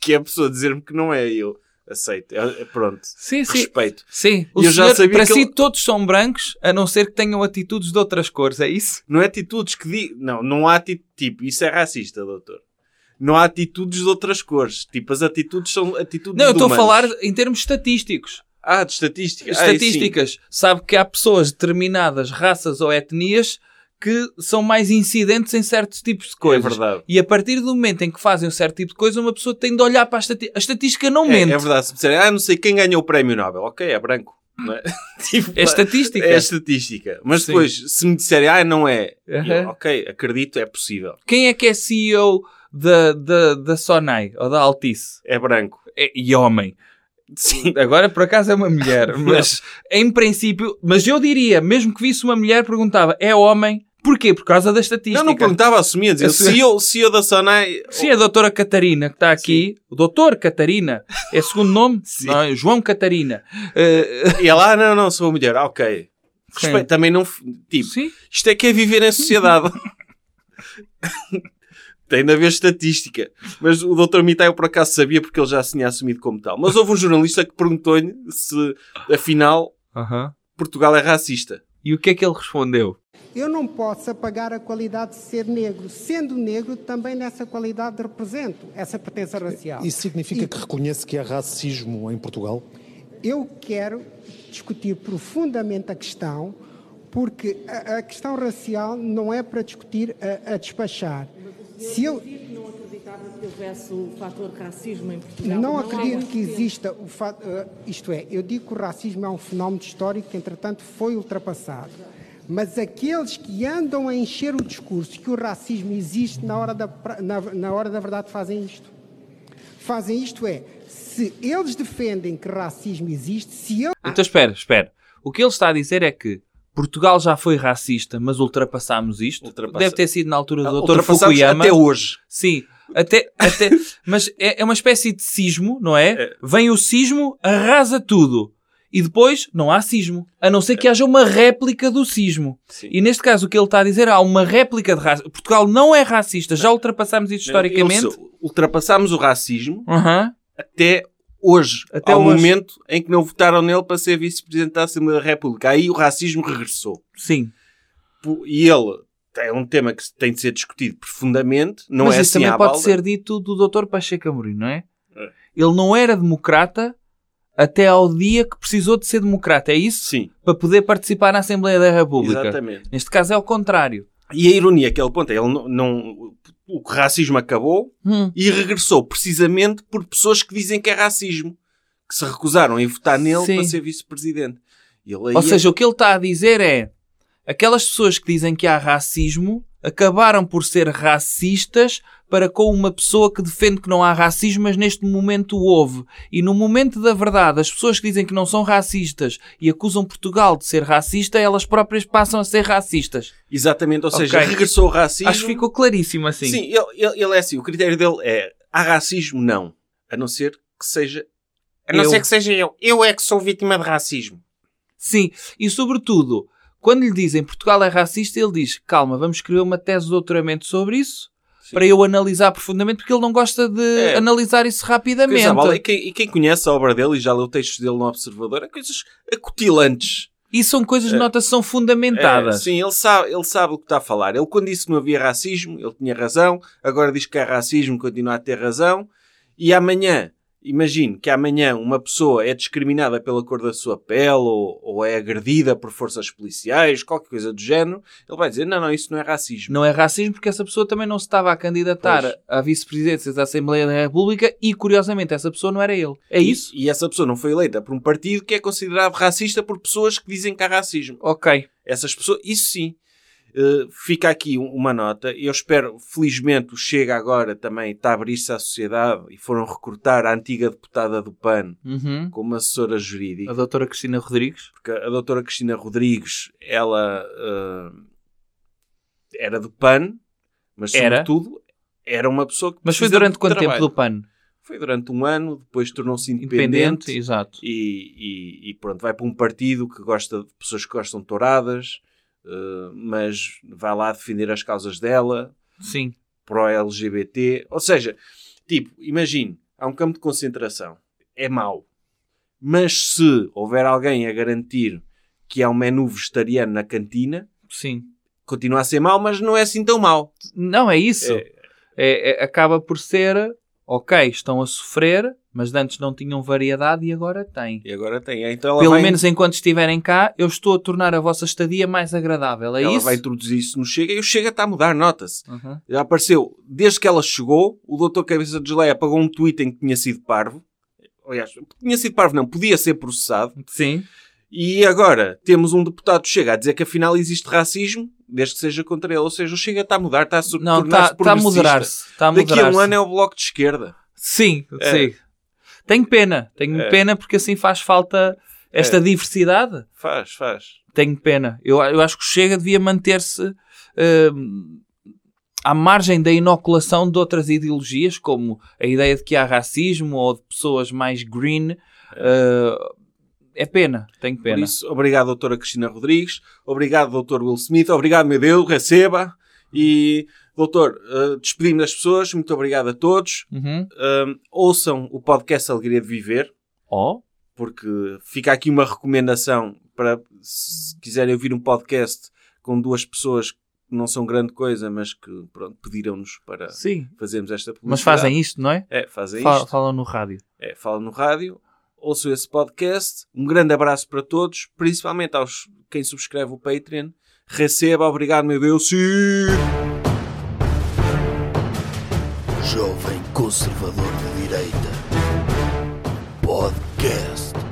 [SPEAKER 2] Que é a pessoa dizer-me que não é eu. Aceito. É- é pronto.
[SPEAKER 3] Sim, sim.
[SPEAKER 2] Respeito.
[SPEAKER 3] Sim. O
[SPEAKER 2] E eu já
[SPEAKER 3] senhor,
[SPEAKER 2] sabia
[SPEAKER 3] para
[SPEAKER 2] que
[SPEAKER 3] si
[SPEAKER 2] ele-
[SPEAKER 3] todos são brancos, a não ser que tenham atitudes de outras cores, é isso?
[SPEAKER 2] Não é atitudes que digo. Não, não há atitude. Tipo, isso é racista, doutor. Não há atitudes de outras cores. Tipo, as atitudes são atitudes
[SPEAKER 3] Não, eu
[SPEAKER 2] de
[SPEAKER 3] estou a
[SPEAKER 2] humanos.
[SPEAKER 3] falar em termos estatísticos.
[SPEAKER 2] Ah, de estatísticas. Ah,
[SPEAKER 3] estatísticas. Sabe que há pessoas de determinadas raças ou etnias que são mais incidentes em certos tipos de
[SPEAKER 2] isso sim, é
[SPEAKER 3] coisas.
[SPEAKER 2] verdade.
[SPEAKER 3] E a partir do momento em que fazem um certo tipo de coisa, uma pessoa tem de olhar para a estatística. A estatística não
[SPEAKER 2] É,
[SPEAKER 3] mente.
[SPEAKER 2] é verdade. Se me disserem, ah, não sei quem ganhou o prémio Nobel. Ok, é branco. Não é? Tipo,
[SPEAKER 3] É estatística.
[SPEAKER 2] é estatística. Mas
[SPEAKER 3] Sim.
[SPEAKER 2] depois, se me disserem, ah, não é. Eu,
[SPEAKER 3] Aham.
[SPEAKER 2] ok, acredito, é possível.
[SPEAKER 3] Quem é que é CEO da, da, da Sonai ou da Altice?
[SPEAKER 2] É branco.
[SPEAKER 3] É- e homem.
[SPEAKER 2] Sim.
[SPEAKER 3] Agora, por acaso, é uma mulher. Mas, em princípio... Mas eu diria, mesmo que visse uma mulher, perguntava, é homem? Porquê? Por causa da estatística.
[SPEAKER 2] Não, não perguntava, assumia, dizia,
[SPEAKER 3] Eu sei.
[SPEAKER 2] se eu, se eu da Sonai...
[SPEAKER 3] Sim, é a doutora Catarina que está aqui, o doutor Catarina, é segundo nome? não, é João Catarina. Eh, eh,
[SPEAKER 2] E ela, ah, não, não, sou mulher, ah, ok. Respeito,
[SPEAKER 3] Sim.
[SPEAKER 2] também não... f- Tipo,
[SPEAKER 3] sim,
[SPEAKER 2] isto é que é viver em sociedade. Tem de haver estatística. Mas o Dr. Mitai eu por acaso sabia porque ele já se tinha assumido como tal. Mas houve um jornalista que perguntou-lhe se, afinal, Portugal é racista.
[SPEAKER 3] E o que é que ele respondeu?
[SPEAKER 6] Eu não posso apagar a qualidade de ser negro. Sendo negro, também nessa qualidade represento essa pertença racial.
[SPEAKER 8] Isso significa que reconhece que há racismo em Portugal?
[SPEAKER 6] Eu quero discutir profundamente a questão, porque a, a questão racial não é para discutir a, a despachar. Se eu
[SPEAKER 9] que não acreditava que houvesse o fator racismo em Portugal. é?
[SPEAKER 6] não
[SPEAKER 9] há
[SPEAKER 6] acredito que
[SPEAKER 9] racismo.
[SPEAKER 6] exista o fato, eh, isto é, eu digo que o racismo é um fenómeno histórico que entretanto foi ultrapassado. Mas aqueles que andam a encher o discurso que o racismo existe na hora da, pra- na, na hora da verdade fazem isto. Fazem isto é, se eles defendem que racismo existe, se eu
[SPEAKER 3] Então espera, espera. O que ele está a dizer é que Portugal já foi racista, mas ultrapassámos isto.
[SPEAKER 2] Ultrapassa-
[SPEAKER 3] Deve ter sido na altura do doutor
[SPEAKER 2] Ultrapassados
[SPEAKER 3] Fukuyama.
[SPEAKER 2] até hoje.
[SPEAKER 3] Sim, até... até mas é, é uma espécie de sismo, não é? Vem o sismo, arrasa tudo. E depois não há sismo. A não ser que haja uma réplica do sismo.
[SPEAKER 2] Sim.
[SPEAKER 3] E neste caso, o que ele está a dizer, há uma réplica de raça. Portugal não é racista, já ultrapassámos isto historicamente.
[SPEAKER 2] Eles Ultrapassámos o racismo
[SPEAKER 3] Aham.
[SPEAKER 2] até hoje,
[SPEAKER 3] Até
[SPEAKER 2] ao
[SPEAKER 3] hoje.
[SPEAKER 2] momento em que não votaram nele para ser vice-presidente da Assembleia da República. Aí o racismo regressou.
[SPEAKER 3] Sim.
[SPEAKER 2] Po- Tipo, E ele é um tema que tem de ser discutido profundamente, não
[SPEAKER 3] Mas
[SPEAKER 2] é
[SPEAKER 3] isso
[SPEAKER 2] assim
[SPEAKER 3] também
[SPEAKER 2] à
[SPEAKER 3] pode
[SPEAKER 2] balda.
[SPEAKER 3] ser dito do Dr. Pacheco Amorim, não é?
[SPEAKER 2] É.
[SPEAKER 3] Ele não era democrata até ao dia que precisou de ser democrata, é isso?
[SPEAKER 2] Sim,
[SPEAKER 3] Para poder participar na Assembleia da República.
[SPEAKER 2] exatamente.
[SPEAKER 3] Neste caso é o contrário.
[SPEAKER 2] E a ironia é que ele aponta, ele não, não- o racismo acabou
[SPEAKER 3] Hum.
[SPEAKER 2] e regressou precisamente por pessoas que dizem que é racismo, que se recusaram em votar nele
[SPEAKER 3] Sim.
[SPEAKER 2] para ser vice-presidente. E ele aí
[SPEAKER 3] Ou
[SPEAKER 2] é-
[SPEAKER 3] seja, o que ele está a dizer é aquelas pessoas que dizem que há racismo acabaram por ser racistas para com uma pessoa que defende que não há racismo, mas neste momento houve. E no momento da verdade, as pessoas que dizem que não são racistas e acusam Portugal de ser racista, elas próprias passam a ser racistas.
[SPEAKER 2] exatamente, ou seja,
[SPEAKER 3] Ok.
[SPEAKER 2] regressou o racismo.
[SPEAKER 3] Acho que ficou claríssimo assim.
[SPEAKER 2] Sim, ele, ele- ele é assim, o critério dele é há racismo? Não. A não ser que seja...
[SPEAKER 7] A não
[SPEAKER 3] Eu-
[SPEAKER 7] ser que seja eu. Eu é que sou vítima de racismo.
[SPEAKER 3] Sim, e sobretudo, quando lhe dizem Portugal é racista, ele diz: calma, vamos escrever uma tese de doutoramento sobre isso. para eu analisar profundamente, porque ele não gosta de
[SPEAKER 2] É.
[SPEAKER 3] analisar isso
[SPEAKER 2] Coisa
[SPEAKER 3] rapidamente.
[SPEAKER 2] mal. é, E, quem, e quem conhece a obra dele e já leu textos dele no Observador, é coisas acutilantes.
[SPEAKER 3] E são coisas de
[SPEAKER 2] É.
[SPEAKER 3] nota que são
[SPEAKER 2] É,
[SPEAKER 3] fundamentadas.
[SPEAKER 2] sim, ele sabe, ele sabe o que está a falar. Ele, quando disse que não havia racismo, ele tinha razão. Agora diz que há racismo, continua a ter razão. E amanhã, imagine que amanhã uma pessoa é discriminada pela cor da sua pele ou, ou é agredida por forças policiais, qualquer coisa do género. Ele vai dizer: não, não, isso não é racismo.
[SPEAKER 3] Não é racismo porque essa pessoa também não se estava a candidatar
[SPEAKER 2] Pois.
[SPEAKER 3] à vice-presidência da Assembleia da República e, curiosamente, essa pessoa não era ele. É isso?
[SPEAKER 2] E, e essa pessoa não foi eleita por um partido que é considerado racista por pessoas que dizem que há racismo.
[SPEAKER 3] Ok.
[SPEAKER 2] Essas pessoas, isso sim. Uh, fica aqui um- uma nota. Eu espero, felizmente, o Chega agora também está a abrir-se à sociedade e foram recrutar a antiga deputada do PAN
[SPEAKER 3] Uhum.
[SPEAKER 2] como assessora
[SPEAKER 3] A
[SPEAKER 2] jurídica.
[SPEAKER 3] doutora Cristina Rodrigues.
[SPEAKER 2] Porque a doutora Cristina Rodrigues, ela uh, era do PAN, mas
[SPEAKER 3] Era?
[SPEAKER 2] sobretudo era uma pessoa que
[SPEAKER 3] Mas foi
[SPEAKER 2] precisa
[SPEAKER 3] durante
[SPEAKER 2] de
[SPEAKER 3] quanto
[SPEAKER 2] trabalho.
[SPEAKER 3] tempo do PAN?
[SPEAKER 2] Foi durante um ano, depois tornou-se
[SPEAKER 3] Independente,
[SPEAKER 2] independente
[SPEAKER 3] exato.
[SPEAKER 2] e, e- e pronto, vai para um partido que gosta de pessoas que gostam de touradas, eh, mas vai lá defender as causas dela,
[SPEAKER 3] Sim.
[SPEAKER 2] pró-LGBT. Ou seja, tipo, imagine, há um campo de concentração, é mau, mas se houver alguém a garantir que há um menu vegetariano na cantina,
[SPEAKER 3] Sim.
[SPEAKER 2] continua a ser mau, mas não é assim tão mau.
[SPEAKER 3] Não, é isso.
[SPEAKER 2] É.
[SPEAKER 3] É- é- acaba por ser, ok, estão a sofrer, mas antes não tinham variedade e agora têm.
[SPEAKER 2] E agora tem. Então ela
[SPEAKER 3] Pelo
[SPEAKER 2] vai,
[SPEAKER 3] menos enquanto estiverem cá, eu estou a tornar a vossa estadia mais agradável. É
[SPEAKER 2] ela
[SPEAKER 3] isso?
[SPEAKER 2] vai introduzir isso no Chega e o Chega está a mudar, nota-se.
[SPEAKER 3] Uhum.
[SPEAKER 2] Já apareceu, desde que ela chegou, o doutor Cabeça de Geleia apagou um tweet em que tinha sido parvo. Aliás, tinha sido parvo não, podia ser processado.
[SPEAKER 3] Sim.
[SPEAKER 2] E agora temos um deputado que chega a dizer que afinal existe racismo, desde que seja contra ele. Ou seja, o Chega está a mudar, está a sur-
[SPEAKER 3] Não,
[SPEAKER 2] tornar-se
[SPEAKER 3] está a
[SPEAKER 2] progressista.
[SPEAKER 3] moderar-se. Está a
[SPEAKER 2] Daqui
[SPEAKER 3] moderar-se.
[SPEAKER 2] a um ano é o Bloco de Esquerda.
[SPEAKER 3] Sim,
[SPEAKER 2] É.
[SPEAKER 3] sim. Tenho pena. Tenho
[SPEAKER 2] É.
[SPEAKER 3] pena porque assim faz falta esta diversidade.
[SPEAKER 2] Faz, faz.
[SPEAKER 3] Tenho pena. Eu, eu acho que o Chega devia manter-se hum, à margem da inoculação de outras ideologias, como a ideia de que há racismo ou de pessoas mais green. Uh, É, pena. Tenho
[SPEAKER 2] É. Por
[SPEAKER 3] pena.
[SPEAKER 2] isso, obrigado, doutora Cristina Rodrigues. Obrigado, doutor Will Smith. Obrigado, meu Deus, receba. E, doutor, eh, despedimos das pessoas. Muito obrigado a todos.
[SPEAKER 3] Uhum.
[SPEAKER 2] Um, ouçam o podcast Alegria de Viver,
[SPEAKER 3] Oh,
[SPEAKER 2] porque fica aqui uma recomendação para se quiserem ouvir um podcast com duas pessoas que não são grande coisa, mas que pronto, pediram-nos para
[SPEAKER 3] sim.
[SPEAKER 2] fazermos esta publicidade.
[SPEAKER 3] Mas fazem isto, não é?
[SPEAKER 2] É, fazem
[SPEAKER 3] Fa-
[SPEAKER 2] isto.
[SPEAKER 3] Falam no rádio.
[SPEAKER 2] É, falam no rádio. Ouçam esse podcast. Um grande abraço para todos, principalmente aos quem subscreve o Patreon. Receba, obrigado, meu Deus. Sim!
[SPEAKER 1] Jovem Conservador de Direita. Podcast